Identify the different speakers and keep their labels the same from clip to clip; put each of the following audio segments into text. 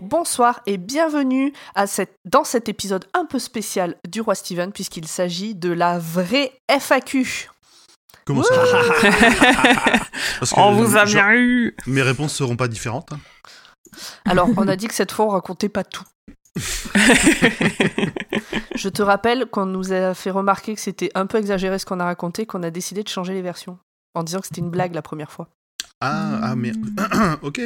Speaker 1: bonsoir et bienvenue à cette, dans cet épisode un peu spécial du Roi Steven, puisqu'il s'agit de la vraie FAQ.
Speaker 2: Comment ça Parce que
Speaker 3: On vous a
Speaker 2: je-
Speaker 3: bien eu
Speaker 2: Mes réponses seront pas différentes. hein.
Speaker 1: Alors, on a dit que cette fois, on racontait pas tout. Je te rappelle qu'on nous a fait remarquer que c'était un peu exagéré ce qu'on a raconté, qu'on a décidé de changer les versions, en disant que c'était une blague la première fois.
Speaker 2: Ah, ah mais ok.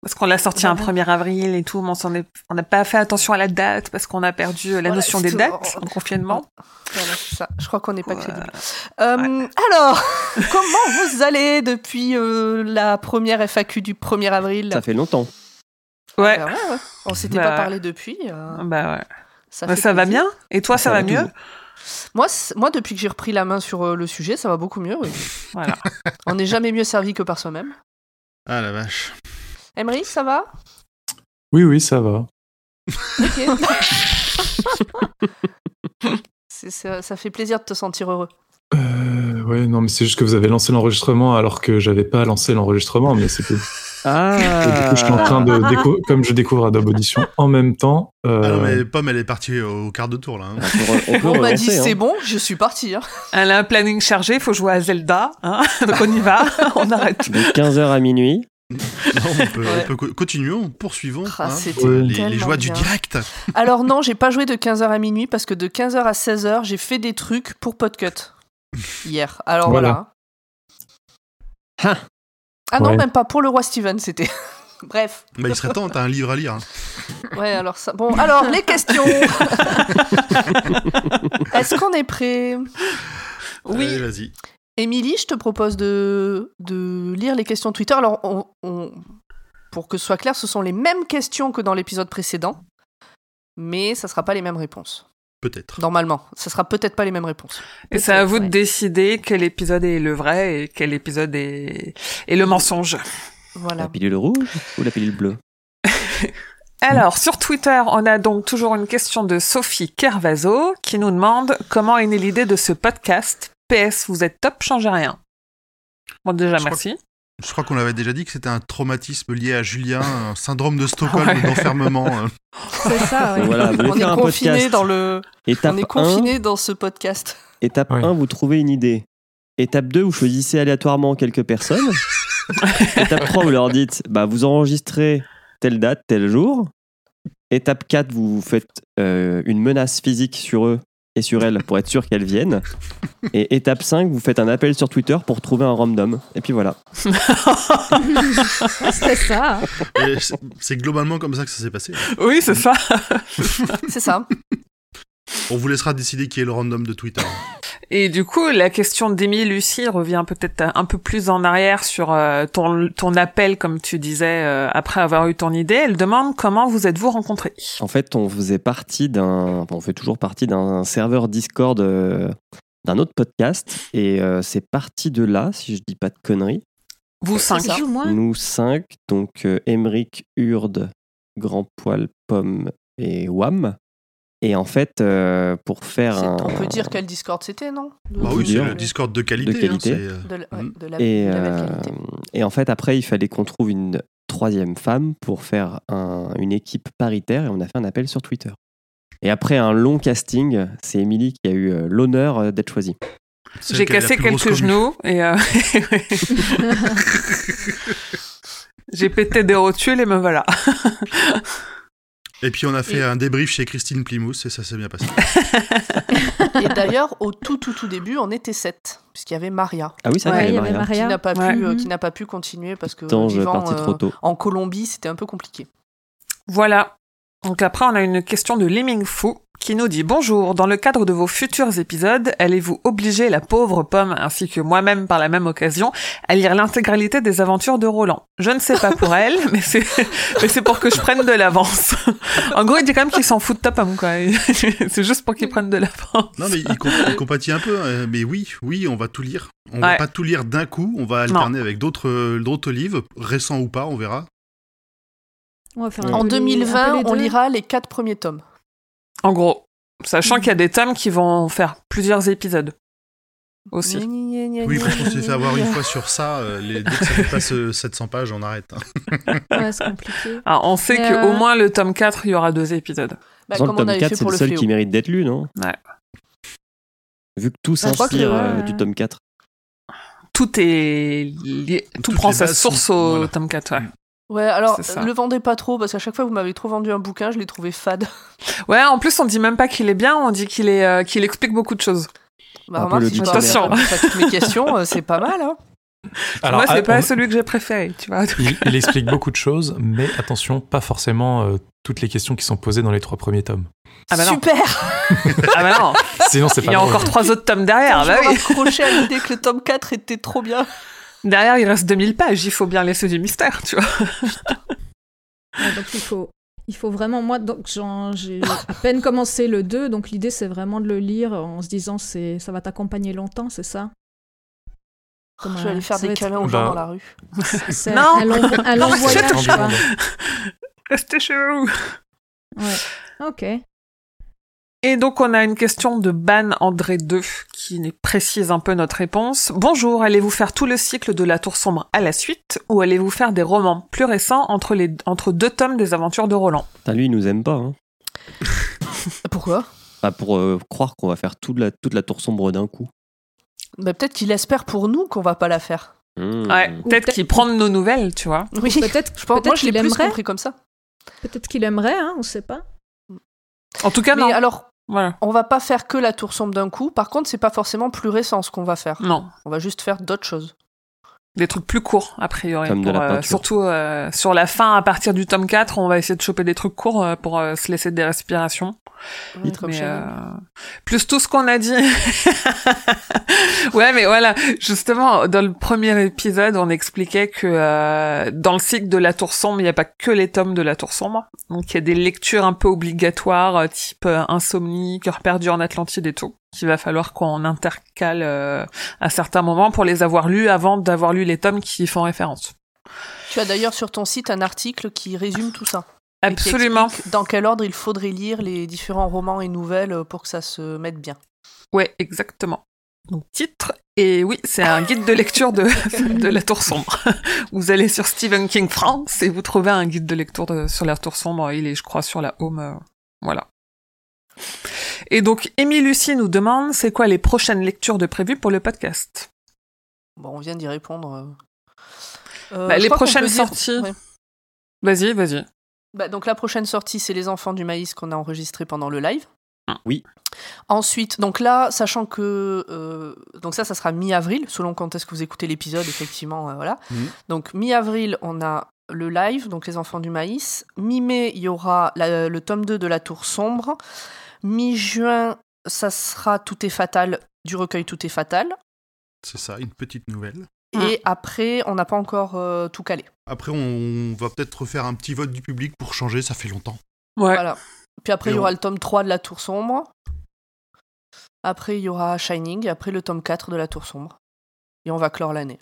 Speaker 3: Parce qu'on l'a
Speaker 1: Bah
Speaker 3: sorti un 1er avril et tout, mais on s'en est- on n'a pas fait attention à la date parce qu'on a perdu euh, la
Speaker 1: Voilà,
Speaker 3: notion des
Speaker 1: c'est-
Speaker 3: dates
Speaker 1: on-
Speaker 3: en confinement.
Speaker 1: Voilà, c'est ça. Je crois qu'on n'est pas
Speaker 3: Ouais.
Speaker 1: crédible. Euh, Alors, comment vous allez depuis euh, la première FAQ du 1er avril
Speaker 4: Ça fait longtemps.
Speaker 3: Ouais.
Speaker 1: Ah ouais, ouais. On s'était
Speaker 3: Bah
Speaker 1: pas
Speaker 3: ouais.
Speaker 1: parlé depuis. euh,
Speaker 3: Bah ouais.
Speaker 1: ça
Speaker 3: Bah,
Speaker 1: fait
Speaker 3: ça va
Speaker 1: plaisir.
Speaker 3: bien Et toi, ça,
Speaker 4: Ça
Speaker 3: va
Speaker 4: va
Speaker 3: mieux
Speaker 1: Moi, c- moi, depuis que j'ai repris la main sur euh, le sujet, ça va beaucoup mieux. oui.
Speaker 3: Voilà.
Speaker 1: On n'est jamais mieux servi que par soi-même.
Speaker 2: Ah la vache.
Speaker 1: Emery, ça va
Speaker 5: Oui, oui, ça va.
Speaker 1: Ok. C'est- ça, ça fait plaisir de te sentir heureux.
Speaker 5: Euh, ouais, non, mais c'est juste que vous avez lancé l'enregistrement alors que j'avais pas lancé l'enregistrement, mais c'est que
Speaker 4: Ah.
Speaker 5: et du coup, je suis en train
Speaker 3: Ah.
Speaker 5: de découvrir, comme je découvre Adobe Audition en même temps. euh,
Speaker 2: Ah non, mais Pomme, elle est partie au quart de tour là. hein.
Speaker 4: On peut, re- on peut
Speaker 1: On m'a
Speaker 4: relancer,
Speaker 1: dit
Speaker 4: hein.
Speaker 1: c'est bon, je suis partie. hein.
Speaker 3: Elle a un planning chargé, il faut jouer à Zelda. hein. Donc on y va, on arrête. tout.
Speaker 4: De 15h à minuit.
Speaker 2: Non, on peut,
Speaker 1: Ouais.
Speaker 2: on peut co- continuons, poursuivons.
Speaker 1: Ah, c'était
Speaker 2: pour les, les
Speaker 1: tellement
Speaker 2: joies du
Speaker 1: bien.
Speaker 2: direct.
Speaker 1: Alors non, j'ai pas joué de 15h à minuit parce que de 15h à 16h, j'ai fait des trucs pour Podcut hier. Alors voilà.
Speaker 4: Hein.
Speaker 1: Ah non,
Speaker 5: Ouais.
Speaker 1: même pas pour le roi Steven, c'était. Bref.
Speaker 2: Bah, il serait temps, t'as un livre à lire. hein.
Speaker 1: Ouais, alors ça. Bon, alors les questions. Est-ce qu'on est prêt
Speaker 2: Allez, vas-y.
Speaker 1: Émilie, je te propose de, de lire les questions Twitter. Alors, on- on- pour que ce soit clair, ce sont les mêmes questions que dans l'épisode précédent, mais ça sera pas les mêmes réponses.
Speaker 2: Peut-être.
Speaker 1: Normalement, ça sera peut-être pas les mêmes réponses.
Speaker 3: Et c'est à vous de
Speaker 1: Ouais.
Speaker 3: décider quel épisode est le vrai et quel épisode est, est le mensonge.
Speaker 1: Voilà.
Speaker 4: La pilule rouge ou la pilule bleue
Speaker 3: Alors, sur Twitter, on a donc toujours une question de Sophie Kervazo qui nous demande comment est née l'idée de ce podcast. PS, vous êtes top, changez rien. Bon, déjà,
Speaker 2: Je crois
Speaker 3: merci.
Speaker 2: Je crois qu'on l'avait déjà dit que c'était un traumatisme lié à Julien, un syndrome de Stockholm
Speaker 3: Ouais.
Speaker 2: d'enfermement. euh.
Speaker 1: C'est ça, ouais.
Speaker 4: Voilà, vous voulez
Speaker 1: on
Speaker 4: faire
Speaker 1: est
Speaker 4: un
Speaker 1: confiné
Speaker 4: podcast.
Speaker 1: dans le.
Speaker 4: Étape
Speaker 1: on est
Speaker 4: 1,
Speaker 1: confiné dans ce podcast.
Speaker 4: étape
Speaker 5: Ouais.
Speaker 4: 1, vous trouvez une idée. Étape 2, vous choisissez aléatoirement quelques personnes. étape 3, vous leur dites bah, vous enregistrez telle date, tel jour. Étape 4, vous faites euh, une menace physique sur eux et sur elles pour être sûr qu'elles viennent. Et étape 5, vous faites un appel sur Twitter pour trouver un random. Et puis voilà.
Speaker 6: C'est ça.
Speaker 2: Et c'est- C'est globalement comme ça que Mm. ça s'est passé.
Speaker 3: Oui, c'est ça.
Speaker 1: C'est ça.
Speaker 2: On vous laissera décider qui est le random de Twitter.
Speaker 3: Et du coup, la question d'Émilie Lucie revient peut-être un- un peu plus en arrière sur euh, ton, ton appel, comme tu disais, euh, après avoir eu ton idée. Elle demande comment vous êtes-vous rencontrés.
Speaker 4: En fait, on faisait partie d'un, enfin, on fait toujours partie d'un serveur Discord euh, d'un autre podcast, et euh, c'est parti de là, si je dis pas de conneries.
Speaker 3: Vous cinq.
Speaker 6: C'est ou moins.
Speaker 4: Nous cinq, donc euh, Emric, Hurd, Grand Poil, Pomme et Wam. Et en fait, euh, pour faire
Speaker 1: C'est-
Speaker 4: un,
Speaker 1: On peut dire quel Discord c'était, non De-
Speaker 2: Bah oui,
Speaker 4: Vous
Speaker 2: c'est
Speaker 4: dire.
Speaker 2: le Discord de qualité.
Speaker 4: De qualité.
Speaker 2: hein, c'est, euh,
Speaker 1: De, la- ouais, de la,
Speaker 4: Et,
Speaker 1: de la belle
Speaker 4: euh,
Speaker 1: qualité.
Speaker 4: et en fait, après, il fallait qu'on trouve une troisième femme pour faire un- une équipe paritaire et on a fait un appel sur Twitter. Et après un long casting, c'est Émilie qui a eu euh, l'honneur euh, d'être choisie.
Speaker 2: c'est
Speaker 3: J'ai
Speaker 2: qu'elle a la
Speaker 3: cassé
Speaker 2: plus grosse
Speaker 3: quelques
Speaker 2: commu.
Speaker 3: genoux et euh, j'ai pété des rotules et me voilà.
Speaker 2: Et puis on a fait
Speaker 1: Et-
Speaker 2: un débrief chez Christine Plymouth et ça s'est bien passé.
Speaker 1: Et d'ailleurs, au tout, tout, tout début, on était sept, puisqu'il y avait Maria,
Speaker 4: Ah oui, ça
Speaker 6: Ouais,
Speaker 4: vrai
Speaker 6: il y avait
Speaker 4: Maria.
Speaker 1: qui
Speaker 6: Maria.
Speaker 1: n'a pas,
Speaker 3: Ouais.
Speaker 1: pu, euh,
Speaker 6: Mhm.
Speaker 1: qui n'a pas pu continuer parce que
Speaker 4: Tange
Speaker 1: vivant,
Speaker 4: parti
Speaker 1: euh,
Speaker 4: trop tôt.
Speaker 1: en Colombie, c'était un peu compliqué.
Speaker 3: Voilà. Donc après, on a une question de Liming Fou qui nous dit Bonjour, dans le cadre de vos futurs épisodes, allez-vous obliger la pauvre pomme ainsi que moi-même par la même occasion à lire l'intégralité des aventures de Roland Je ne sais pas pour elle, mais c'est mais c'est pour que je prenne de l'avance. en gros, il dit quand même qu'il s'en fout de ta pomme, quoi. c'est juste pour qu'il prenne de l'avance.
Speaker 2: Non, mais il, com- il compatit un peu. hein. Mais oui, oui, on va tout lire. On va
Speaker 3: Ouais.
Speaker 2: pas tout lire d'un coup. On va alterner avec d'autres euh, d'autres livres, récents ou pas, on verra.
Speaker 6: On va faire Mmh. un
Speaker 1: En
Speaker 6: peu les- un peu
Speaker 1: 2020,
Speaker 6: les
Speaker 1: on
Speaker 6: deux.
Speaker 1: lira les quatre premiers tomes.
Speaker 3: En gros, sachant qu'il y a des tomes qui vont faire plusieurs épisodes. aussi.
Speaker 2: Oui, parce qu'on s'est fait avoir une fois sur ça. euh, les... Dès que ça dépasse euh, 700 pages, on arrête. hein.
Speaker 6: Ouais, c'est compliqué.
Speaker 3: Ah, on sait
Speaker 6: Mais,
Speaker 3: qu'au
Speaker 6: euh,
Speaker 3: moins le tome 4, il y aura deux épisodes.
Speaker 1: Bah,
Speaker 4: Sans
Speaker 1: comme
Speaker 4: le
Speaker 1: on
Speaker 4: tome
Speaker 1: avait
Speaker 4: 4,
Speaker 1: fait
Speaker 4: c'est
Speaker 1: pour
Speaker 4: le
Speaker 1: le
Speaker 4: seul
Speaker 1: fléau.
Speaker 4: qui mérite d'être lu, non
Speaker 3: Ouais.
Speaker 4: Vu que tout
Speaker 1: Bah, je crois
Speaker 4: s'inspire
Speaker 1: que,
Speaker 4: euh,
Speaker 6: ouais.
Speaker 4: du tome 4.
Speaker 3: Tout est lié- tout
Speaker 2: Toutes
Speaker 3: prend
Speaker 2: les
Speaker 3: sa
Speaker 2: bases
Speaker 3: source
Speaker 2: sont-
Speaker 3: au
Speaker 2: voilà.
Speaker 3: tome 4. Ouais.
Speaker 1: Ouais, alors
Speaker 3: C'est ça.
Speaker 1: le vendez pas trop parce qu'à chaque fois vous m'avez trop vendu un bouquin, je l'ai trouvé fade.
Speaker 3: ouais, en plus, on dit même pas qu'il est bien, on dit qu'il est euh, qu'il explique beaucoup de choses.
Speaker 1: Bah,
Speaker 4: Un peu
Speaker 1: remarque,
Speaker 4: le
Speaker 1: si tu
Speaker 4: dictionnaire.
Speaker 1: m'as répondu à toutes mes questions, euh, c'est pas mal. Hein.
Speaker 5: Alors,
Speaker 3: Moi, c'est
Speaker 5: ah,
Speaker 3: pas
Speaker 5: on-
Speaker 3: celui que j'ai préféré, tu vois.
Speaker 5: il, il explique beaucoup de choses, mais attention, pas forcément euh, toutes les questions qui sont posées dans les trois premiers tomes.
Speaker 3: Ah bah non,
Speaker 1: Super
Speaker 3: ah bah non.
Speaker 5: Sinon, c'est
Speaker 3: il
Speaker 5: pas
Speaker 3: y a
Speaker 5: drôle.
Speaker 3: encore trois autres tomes derrière.
Speaker 1: Je
Speaker 3: bah
Speaker 1: me
Speaker 3: oui.
Speaker 1: raccrochais à l'idée que le tome 4 était trop bien.
Speaker 3: Derrière, il reste 2000 pages, il faut bien laisser du mystère, tu vois.
Speaker 6: Ouais, donc il faut, il faut vraiment, moi, donc j'en- j'ai à peine commencé le 2, donc l'idée c'est vraiment de le lire en se disant c'est, ça va t'accompagner longtemps, c'est ça
Speaker 1: Je
Speaker 6: Comme
Speaker 1: vais
Speaker 6: un-
Speaker 1: aller faire
Speaker 6: ça va
Speaker 1: des
Speaker 6: être-
Speaker 1: câlins aux gens
Speaker 5: Bah.
Speaker 1: dans la rue.
Speaker 6: c'est
Speaker 3: Non.
Speaker 6: un long, un long
Speaker 3: Non,
Speaker 5: Ah C'est
Speaker 6: voyage,
Speaker 5: pas
Speaker 3: Voyage,
Speaker 5: drôle.
Speaker 6: quoi.
Speaker 3: Restez chez vous.
Speaker 6: Ouais. Ok.
Speaker 3: Et donc, on a une question de Ban André 2 qui nous précise un peu notre réponse. Bonjour, allez-vous faire tout le cycle de La Tour Sombre à la suite ou allez-vous faire des romans plus récents entre, les, entre deux tomes des aventures de Roland
Speaker 4: Putain, lui, il nous aime pas. Hein.
Speaker 1: Pourquoi
Speaker 4: Pas pour euh, croire qu'on va faire toute la, toute la tour sombre d'un coup.
Speaker 1: bah, Peut-être qu'il espère pour nous qu'on va pas la faire.
Speaker 6: Ou
Speaker 3: Ouais,
Speaker 4: Hmm.
Speaker 3: peut-être
Speaker 6: peut-être-
Speaker 3: qu'ils prennent nos nouvelles, tu vois.
Speaker 1: Oui,
Speaker 6: Peut-être,
Speaker 1: je pense,
Speaker 6: peut-être
Speaker 1: moi je l'ai
Speaker 6: qu'il
Speaker 1: plus
Speaker 6: aimerait.
Speaker 1: compris comme ça.
Speaker 6: Peut-être qu'il aimerait, hein, on sait pas.
Speaker 3: En tout cas,
Speaker 1: Mais
Speaker 3: non.
Speaker 1: alors,
Speaker 3: Voilà.
Speaker 1: on va pas faire que la tour sombre d'un coup. Par contre, c'est pas forcément plus récent ce qu'on va faire.
Speaker 3: Non.
Speaker 1: On va juste faire d'autres choses.
Speaker 3: Des trucs plus courts, a priori.
Speaker 4: Comme de
Speaker 3: pour,
Speaker 4: la
Speaker 3: euh,
Speaker 4: peinture.
Speaker 3: surtout euh, sur la fin, à partir du tome 4, on va essayer de choper des trucs courts euh, pour euh, se laisser des respirations.
Speaker 1: Ouais, comme
Speaker 3: Mais,
Speaker 1: chez nous.
Speaker 3: euh, plus tout ce qu'on a dit. ouais, mais voilà, justement, dans le premier épisode, on expliquait que euh, dans le cycle de la Tour sombre, il n'y a pas que les tomes de la Tour sombre. Donc il y a des lectures un peu obligatoires, euh, type euh, insomnie, cœur perdu en Atlantide et tout, qu'il va falloir qu'on intercale euh, à certains moments pour les avoir lus avant d'avoir lu les tomes qui y font référence.
Speaker 1: Tu as d'ailleurs sur ton site un article qui résume tout ça. et qui
Speaker 3: Absolument.
Speaker 1: explique Dans quel ordre il faudrait lire les différents romans et nouvelles euh, pour que ça se mette bien.
Speaker 3: Ouais, exactement. Donc titre, et oui, c'est un guide de lecture de, de la Tour Sombre. Vous allez sur Stephen King France et vous trouvez un guide de lecture de- sur la Tour Sombre. Il est, je crois, sur la Home. euh, voilà. Et donc, Émile Lucie nous demande, c'est quoi les prochaines lectures de prévues pour le podcast
Speaker 1: Bon, on vient d'y répondre. euh. Euh,
Speaker 3: Bah,
Speaker 1: je
Speaker 3: les
Speaker 1: crois qu'on
Speaker 3: prochaines
Speaker 1: peut dire-
Speaker 3: sorties.
Speaker 1: ouais.
Speaker 3: Vas-y, vas-y.
Speaker 1: Bah, donc la prochaine sortie, c'est Les Enfants du Maïs qu'on a enregistré pendant le live.
Speaker 3: Ah,
Speaker 4: oui.
Speaker 1: Ensuite, donc là, sachant que euh, donc ça, ça sera mi-avril, selon quand est-ce que vous écoutez l'épisode, effectivement, euh, voilà.
Speaker 2: Mhm.
Speaker 1: Donc mi-avril, on a le live, donc Les Enfants du Maïs. Mi-mai, il y aura la- le tome 2 de La Tour Sombre. Mi-juin, ça sera Tout est fatal du recueil Tout est fatal.
Speaker 2: C'est ça, une petite nouvelle.
Speaker 1: Et après, on n'a pas encore euh, tout calé.
Speaker 2: Après, on va peut-être refaire un petit vote du public pour changer, ça fait longtemps.
Speaker 3: Ouais.
Speaker 1: Voilà. Puis après,
Speaker 2: Et
Speaker 1: il y
Speaker 2: on-
Speaker 1: aura le tome 3 de la Tour Sombre. Après, il y aura Shining. Et après, le tome 4 de la Tour Sombre. Et on va clore l'année.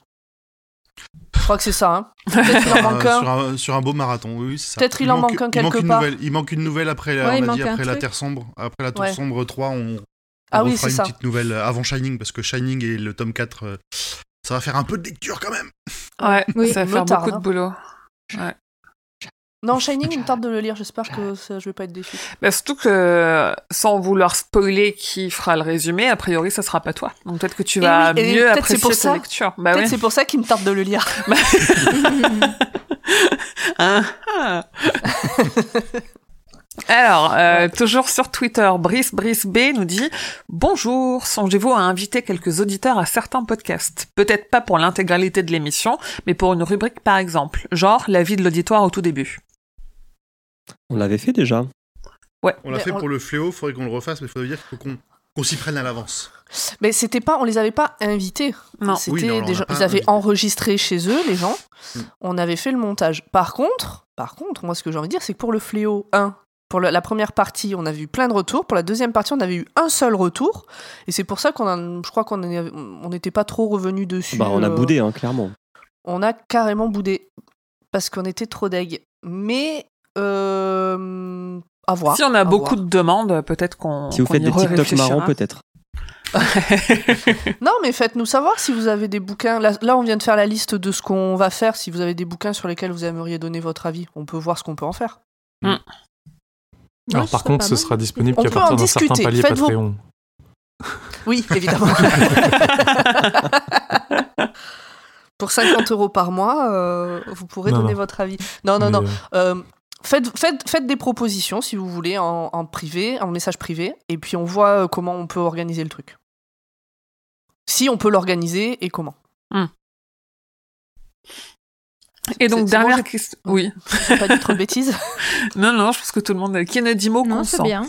Speaker 1: Je crois que c'est ça. Hein. Peut-être qu'il en
Speaker 2: Euh,
Speaker 1: manque un.
Speaker 2: sur, un, sur un beau marathon, oui, oui, c'est ça.
Speaker 1: Peut-être il en manque un
Speaker 2: il
Speaker 1: quelque
Speaker 2: une
Speaker 1: part.
Speaker 2: Nouvelle, il manque une nouvelle après, la-
Speaker 6: Ouais, il
Speaker 2: on a dit,
Speaker 6: manque un
Speaker 2: après la
Speaker 6: truc.
Speaker 2: Terre sombre. Après la Tour
Speaker 1: Ouais.
Speaker 2: sombre 3, on, on
Speaker 1: Ah oui,
Speaker 2: refera
Speaker 1: c'est
Speaker 2: une
Speaker 1: ça.
Speaker 2: petite nouvelle euh, avant Shining, parce que Shining et le tome 4, euh, ça va faire un peu de lecture quand même.
Speaker 3: Ouais,
Speaker 6: Oui,
Speaker 3: ça va faire
Speaker 1: motard,
Speaker 3: beaucoup de
Speaker 1: hein.
Speaker 3: boulot.
Speaker 1: Non, Shining, il me tarde de le lire. J'espère que ça- je vais pas être déçu.
Speaker 2: Ah
Speaker 3: Bah, surtout que, sans vouloir spoiler qui fera le résumé, a priori, ça sera pas toi. Donc peut-être que tu
Speaker 1: Eh
Speaker 3: vas
Speaker 1: oui, et
Speaker 3: mieux
Speaker 1: peut-être c'est
Speaker 3: apprécier
Speaker 1: pour
Speaker 3: tes
Speaker 1: ça.
Speaker 3: lectures. Bah
Speaker 1: Peut-être
Speaker 3: ouais.
Speaker 1: c'est pour ça qu'il me tarde de le lire.
Speaker 3: Hein, hein. Alors, euh, toujours sur Twitter, Brice Brice B nous dit Bonjour, songez-vous à inviter quelques auditeurs à certains podcasts. Peut-être pas pour l'intégralité de l'émission, mais pour une rubrique par exemple, genre l'avis de l'auditoire au tout début.
Speaker 4: On l'avait fait déjà.
Speaker 2: On l'a
Speaker 1: Mais
Speaker 2: fait
Speaker 1: on-
Speaker 2: pour le fléau, faudrait qu'on le refasse, mais il faudrait dire qu'il faut qu'on qu'on s'y prenne à l'avance.
Speaker 1: Mais c'était pas, on les avait pas invités.
Speaker 3: Non.
Speaker 1: C'était
Speaker 2: Oui, non, on
Speaker 1: des
Speaker 2: l'a
Speaker 1: gens-
Speaker 2: pas
Speaker 1: ils avaient
Speaker 2: invité.
Speaker 1: enregistré chez eux les gens.
Speaker 2: Mm.
Speaker 1: On avait fait le montage. Par contre, par contre, moi ce que j'ai envie de dire, c'est que pour le fléau 1, pour la, la première partie, on avait eu plein de retours. Pour la deuxième partie, on avait eu un seul retour. Et c'est pour ça qu'on, en- je crois qu'on en- on n'était pas trop revenu dessus.
Speaker 4: Bah, on a
Speaker 1: euh,
Speaker 4: boudé, hein, clairement.
Speaker 1: on a carrément boudé parce qu'on était trop deg. Mais euh, à voir.
Speaker 3: si on a
Speaker 1: à
Speaker 3: beaucoup
Speaker 1: voir.
Speaker 3: de demandes, peut-être qu'on
Speaker 4: Si vous
Speaker 3: qu'on
Speaker 4: faites
Speaker 3: y
Speaker 4: des TikTok
Speaker 3: réfléchira.
Speaker 4: marrants, peut-être.
Speaker 1: Non, mais faites-nous savoir si vous avez des bouquins. Là, là, on vient de faire la liste de ce qu'on va faire. Si vous avez des bouquins sur lesquels vous aimeriez donner votre avis, on peut voir ce qu'on peut en faire.
Speaker 5: Alors par contre, ce sera disponible
Speaker 1: On
Speaker 5: qu'à
Speaker 1: peut en
Speaker 5: partir d'un certain
Speaker 1: discuter,
Speaker 5: palier
Speaker 1: faites vos-
Speaker 5: Patreon.
Speaker 1: Oui, évidemment. Pour 50 euros par mois, euh, vous pourrez
Speaker 5: Non,
Speaker 1: donner
Speaker 5: non.
Speaker 1: votre avis. Non, non, non.
Speaker 5: Mais, euh,
Speaker 1: Euh, faites, faites, faites des propositions si vous voulez en, en privé, en message privé, et puis on voit euh, comment on peut organiser le truc. Si on peut l'organiser et comment.
Speaker 3: Hmm. Et
Speaker 1: C'est-
Speaker 3: donc,
Speaker 1: c'est bon,
Speaker 3: dernière
Speaker 1: j'ai-
Speaker 3: question. Oui.
Speaker 1: Faut Pas dire trop de bêtises.
Speaker 3: Non, non, je pense que tout le monde. Qui ne dit mot
Speaker 6: Non,
Speaker 3: consent.
Speaker 6: c'est bien.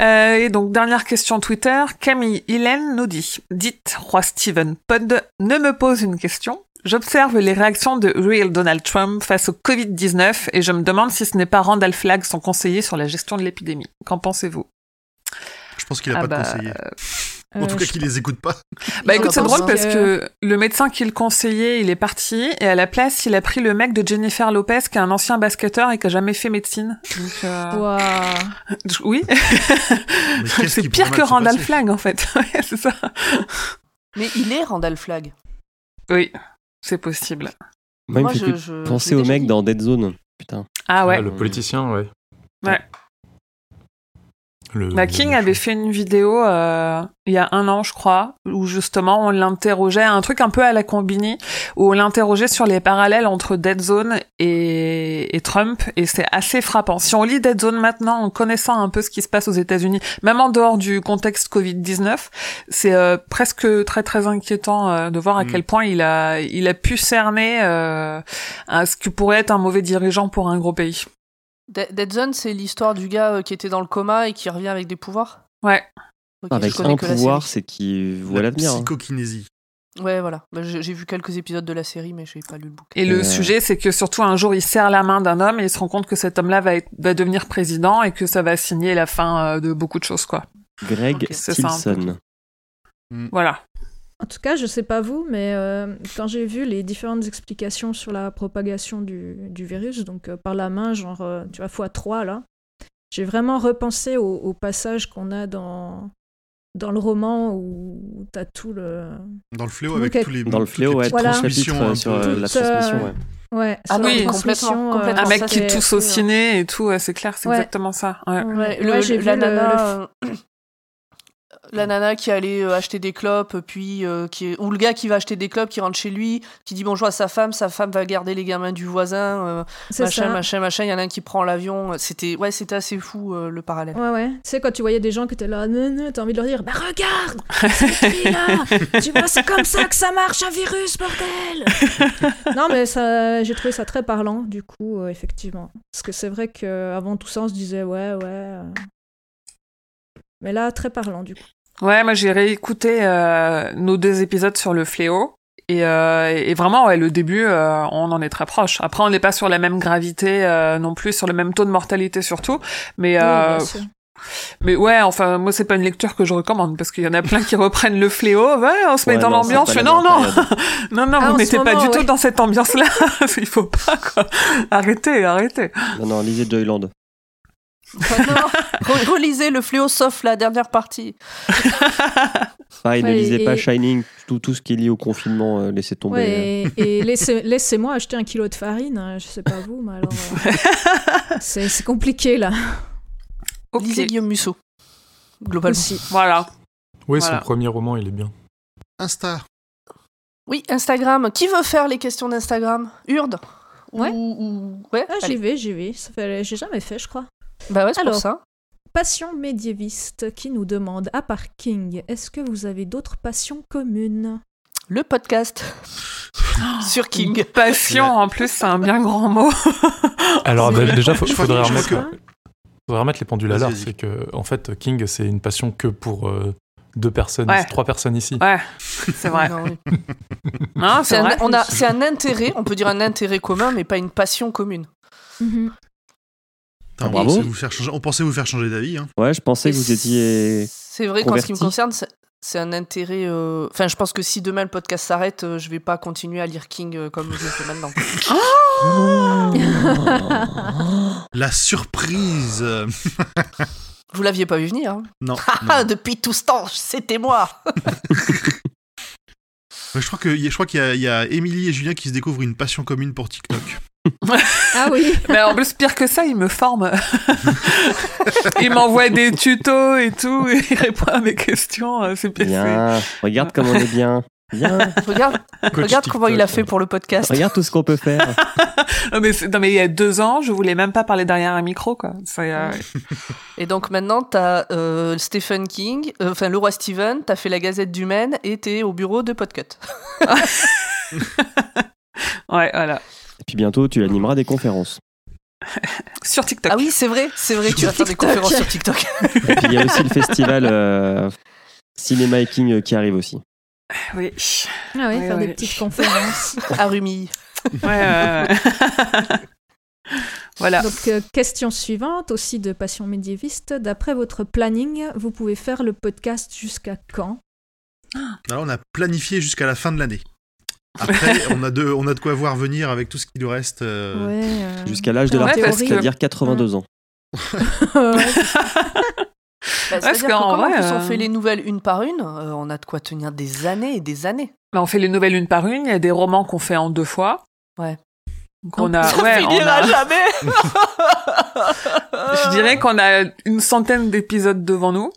Speaker 3: Euh, et donc, dernière question Twitter. Camille Hélène nous dit Dites, roi Steven Pod, ne me pose une question. J'observe les réactions de Real Donald Trump face au Covid-19 et je me demande si ce n'est pas Randall Flagg son conseiller sur la gestion de l'épidémie. Qu'en pensez-vous
Speaker 2: Je pense qu'il a
Speaker 3: Ah
Speaker 2: pas
Speaker 3: bah,
Speaker 2: de conseiller.
Speaker 6: Euh,
Speaker 2: En tout cas,
Speaker 6: je-
Speaker 2: qu'il les écoute pas.
Speaker 3: Bah
Speaker 1: Ils
Speaker 3: écoute,
Speaker 1: ont
Speaker 3: c'est
Speaker 1: pensé
Speaker 3: drôle parce
Speaker 6: que-
Speaker 3: que le médecin qui le conseillait, il est parti et à la place, il a pris le mec de Jennifer Lopez qui est un ancien basketteur et qui a jamais fait médecine. Donc, euh,
Speaker 6: Ouah.
Speaker 3: oui,
Speaker 2: Mais qu'est-ce
Speaker 3: c'est
Speaker 2: qui pourrait
Speaker 3: pire
Speaker 2: mal
Speaker 3: que
Speaker 2: se
Speaker 3: Randall
Speaker 2: passer
Speaker 3: Flagg en fait. Ouais, c'est ça.
Speaker 1: Mais il est Randall Flagg.
Speaker 3: Oui, c'est possible.
Speaker 4: Moi, il me
Speaker 1: Moi,
Speaker 4: fait
Speaker 1: je,
Speaker 4: plus
Speaker 1: je- je
Speaker 4: penser
Speaker 1: l'ai
Speaker 4: au
Speaker 1: déjà
Speaker 4: mec
Speaker 1: dit.
Speaker 4: dans Dead Zone. Putain.
Speaker 3: Ah ouais.
Speaker 5: ah, le politicien, ouais.
Speaker 3: Ouais.
Speaker 5: Le,
Speaker 3: Bah,
Speaker 5: le-
Speaker 3: King avait fait une vidéo euh, il y a un an, je crois, où justement on l'interrogeait, un truc un peu à la combini, où on l'interrogeait sur les parallèles entre Dead Zone et, et Trump, et c'est assez frappant. Si on lit Dead Zone maintenant, en connaissant un peu ce qui se passe aux États-Unis, même en dehors du contexte Covid-19, c'est euh, presque très très inquiétant euh, de voir à
Speaker 2: Mm.
Speaker 3: quel point il a, il a pu cerner euh, un- ce que pourrait être un mauvais dirigeant pour un gros pays.
Speaker 1: De- Dead Zone, c'est l'histoire du gars euh, qui était dans le coma et qui revient avec des pouvoirs.
Speaker 3: Ouais.
Speaker 1: Ok, Ah, bah, je
Speaker 4: Avec
Speaker 1: connais
Speaker 4: un
Speaker 1: que la
Speaker 4: pouvoir, c'est qu'il voit
Speaker 2: La
Speaker 4: l'avenir. hein.
Speaker 2: Psychokinésie.
Speaker 1: série. Ouais, voilà. Bah, j'ai j'ai vu quelques épisodes de la série, mais j'ai pas lu le bouquin.
Speaker 3: Et le
Speaker 4: Euh.
Speaker 3: sujet, c'est que surtout un jour, il serre la main d'un homme et il se rend compte que cet homme-là va, être- va devenir président et que ça va signer la fin euh, de beaucoup de choses, quoi.
Speaker 4: Greg
Speaker 1: Ok.
Speaker 3: C'est ça, un peu.
Speaker 4: Stilson.
Speaker 3: Voilà.
Speaker 6: En tout cas, je sais pas vous, mais euh, quand j'ai vu les différentes explications sur la propagation du, du virus, donc euh, par la main, genre, euh, tu vois, fois 3 là, j'ai vraiment repensé au, au passage qu'on a dans, dans le roman où t'as tout le.
Speaker 2: Dans le fléau,
Speaker 6: Tout le
Speaker 2: avec
Speaker 6: monde
Speaker 2: tous les.
Speaker 4: Dans le
Speaker 2: toutes
Speaker 4: fléau,
Speaker 2: les
Speaker 4: ouais,
Speaker 2: petites
Speaker 6: Voilà.
Speaker 2: transmissions
Speaker 4: chapitre
Speaker 2: un
Speaker 4: sur
Speaker 2: peu.
Speaker 4: euh, la
Speaker 6: Tout, euh,
Speaker 4: transmission. ouais.
Speaker 6: Ouais,
Speaker 1: Ah
Speaker 6: sur la
Speaker 3: oui,
Speaker 6: transmission,
Speaker 1: complètement,
Speaker 6: euh,
Speaker 1: complètement.
Speaker 3: Un
Speaker 1: Non,
Speaker 3: mec
Speaker 1: ça,
Speaker 3: qui
Speaker 1: c'est- hein.
Speaker 3: tousse au ciné et tout, ouais, c'est clair, c'est
Speaker 6: Ouais.
Speaker 3: exactement ça. Ouais.
Speaker 6: Ouais,
Speaker 1: Ouais,
Speaker 6: ouais,
Speaker 1: le-
Speaker 6: j'ai
Speaker 1: le- la
Speaker 6: vu le-
Speaker 1: nana,
Speaker 6: le
Speaker 1: euh, la nana qui allait euh, acheter des clopes, puis euh, qui est- ou le gars qui va acheter des clopes, qui rentre chez lui, qui dit bonjour à sa femme, sa femme va garder les gamins du voisin, euh,
Speaker 6: c'est
Speaker 1: machin,
Speaker 6: ça.
Speaker 1: machin, machin. Il y en a un qui prend l'avion. C'était ouais, c'était assez fou euh, le parallèle.
Speaker 6: Ouais, ouais. Tu sais, quand tu voyais des gens qui étaient là, non, non, t'as envie de leur dire, bah regarde, c'est écrit là, tu vois, c'est comme ça que ça marche un virus, bordel. non, mais ça, j'ai trouvé ça très parlant, du coup, euh, effectivement. Parce que c'est vrai qu'avant tout ça, on se disait, ouais, ouais. euh. Mais là, très parlant, du coup.
Speaker 3: Ouais, moi j'ai réécouté euh, nos deux épisodes sur le fléau. Et, euh, et vraiment, ouais, le début, euh, on en est très proche. Après, on n'est pas sur la même gravité euh, non plus, sur le même taux de mortalité surtout. Mais,
Speaker 1: Oh,
Speaker 6: Oui,
Speaker 3: euh,
Speaker 6: bien sûr.
Speaker 3: mais ouais, enfin, moi, c'est pas une lecture que je recommande parce qu'il y en a plein qui reprennent le fléau. Ouais, on se met
Speaker 4: Ouais,
Speaker 3: dans
Speaker 4: non, c'est
Speaker 3: l'ambiance.
Speaker 4: pas
Speaker 3: Je fais
Speaker 4: la
Speaker 3: non,
Speaker 4: même
Speaker 3: non,
Speaker 4: période.
Speaker 3: Non, non,
Speaker 6: Ah, en
Speaker 3: vous
Speaker 6: ce
Speaker 3: n'étiez pas
Speaker 6: moment,
Speaker 3: du
Speaker 6: ouais.
Speaker 3: tout dans cette ambiance-là. Il faut pas, quoi. Arrêtez, arrêtez.
Speaker 4: Non, non, lisez Joyland.
Speaker 1: Enfin, non, re- relisez le fléau sauf la dernière partie.
Speaker 4: Pareil, ne
Speaker 6: Ouais,
Speaker 4: lisez
Speaker 6: et-
Speaker 4: pas Shining, tout, tout ce qui est lié au confinement, euh, laissez tomber.
Speaker 6: Ouais, et, et laissez- laissez-moi acheter un kilo de farine, hein, je sais pas vous, mais alors. euh, c'est c'est compliqué, là,
Speaker 3: Ok,
Speaker 1: Lisez Guillaume Musso. Globalement.
Speaker 6: aussi.
Speaker 3: voilà.
Speaker 5: Ouais,
Speaker 3: Voilà.
Speaker 5: son premier roman, il est bien.
Speaker 2: Insta.
Speaker 1: Oui, Instagram. Qui veut faire les questions d'Instagram Urde. Ou-
Speaker 6: Ouais.
Speaker 1: ou- ouais,
Speaker 6: Ah, j'y
Speaker 1: allez.
Speaker 6: vais, j'y vais. Ça fait- J'ai jamais fait, je crois.
Speaker 1: Bah ouais, c'est pour
Speaker 6: Alors.
Speaker 1: ça.
Speaker 6: Passion médiéviste qui nous demande, à part King, est-ce que vous avez d'autres passions communes
Speaker 1: Le podcast sur King.
Speaker 3: Passion, en plus, c'est un bien grand mot.
Speaker 5: Alors
Speaker 6: C'est-
Speaker 5: d- déjà, faut-
Speaker 2: Je crois
Speaker 5: faudrait
Speaker 2: que- je
Speaker 5: remettre,
Speaker 2: crois
Speaker 5: faudrait remettre les pendules à
Speaker 2: Vas-y,
Speaker 5: l'heure.
Speaker 2: vas-y.
Speaker 5: C'est que, en fait, King, c'est une passion que pour euh, deux personnes,
Speaker 3: Ouais.
Speaker 5: trois personnes ici.
Speaker 3: Ouais, c'est vrai.
Speaker 1: Non, oui.
Speaker 3: Non,
Speaker 1: C'est
Speaker 3: c'est
Speaker 1: un,
Speaker 3: vrai.
Speaker 1: on a- c'est un intérêt, on peut dire un intérêt commun, mais pas une passion commune.
Speaker 6: Mhm.
Speaker 2: Putain, on,
Speaker 4: Ah, bravo.
Speaker 2: pensait vous faire changer- on pensait vous faire changer d'avis. hein.
Speaker 4: euh. Ouais, je pensais que vous
Speaker 1: Et
Speaker 4: étiez.
Speaker 1: C'est vrai qu'en ce qui me
Speaker 4: converti.
Speaker 1: concerne, c'est- c'est un intérêt. euh, Enfin, je pense que si demain le podcast s'arrête, euh, je vais pas continuer à lire King euh, comme je le fais maintenant.
Speaker 4: Oh.
Speaker 2: La surprise.
Speaker 1: Vous l'aviez pas vu venir. hein.
Speaker 7: Non.
Speaker 1: Ah, depuis tout ce temps, c'était moi.
Speaker 2: Je crois que- je crois qu'il y a- il y a Émilie et Julien qui se découvrent une passion commune pour TikTok.
Speaker 6: Ah oui.
Speaker 3: Mais en plus, pire que ça, il me forme. il m'envoie des tutos et tout, et il répond à mes questions. euh, C'est c'est-
Speaker 4: Bien. Regarde comme on est bien. Bien.
Speaker 1: Regarde, regarde comment il a
Speaker 5: euh,
Speaker 1: fait pour le podcast.
Speaker 4: Regarde tout ce qu'on peut faire.
Speaker 3: Non mais, c'est- non, mais il y a deux ans, je voulais même pas parler derrière un micro, quoi. C'est, euh,
Speaker 1: Et donc maintenant, t'as euh, Stephen King, euh, enfin le roi Stephen, t'as fait la Gazette du Maine et t'es au bureau de Podcut.
Speaker 3: Ouais, voilà.
Speaker 4: Et puis bientôt, tu animeras des conférences.
Speaker 3: Sur TikTok.
Speaker 1: Ah oui, c'est vrai, c'est vrai, tu vas faire des
Speaker 6: TikTok.
Speaker 1: conférences sur TikTok.
Speaker 4: Et puis il y a aussi le festival euh, Cinéma et King euh, qui arrive aussi.
Speaker 3: Oui.
Speaker 6: Ah oui,
Speaker 3: Ouais,
Speaker 6: faire
Speaker 3: ouais.
Speaker 6: des petites conférences.
Speaker 1: à Ah, Rumi.
Speaker 3: Ouais, ouais, ouais. voilà.
Speaker 6: Donc, euh, question suivante, aussi de Passion médiéviste. D'après votre planning, vous pouvez faire le podcast jusqu'à quand
Speaker 2: Alors, on a planifié jusqu'à la fin de l'année. Après, on, a de, on a de quoi voir venir avec tout ce qui nous reste. euh,
Speaker 6: Ouais. euh,
Speaker 4: Jusqu'à l'âge de
Speaker 3: Ah. Ouais,
Speaker 4: l'artiste,
Speaker 6: parce que-
Speaker 4: c'est-à-dire 82 ans.
Speaker 6: ouais.
Speaker 1: Bah, C'est-à-dire que
Speaker 3: qu'en
Speaker 1: quand
Speaker 3: vrai,
Speaker 1: en plus, on
Speaker 3: euh,
Speaker 1: fait les nouvelles une par une, euh, on a de quoi tenir des années et des années.
Speaker 3: Bah, on fait les nouvelles une par une. Il y a des romans qu'on fait en deux fois.
Speaker 1: Ouais.
Speaker 3: Donc on
Speaker 1: Ah
Speaker 3: a, ouais, on
Speaker 1: finira
Speaker 3: a-
Speaker 1: jamais
Speaker 3: je dirais qu'on a une centaine d'épisodes devant nous.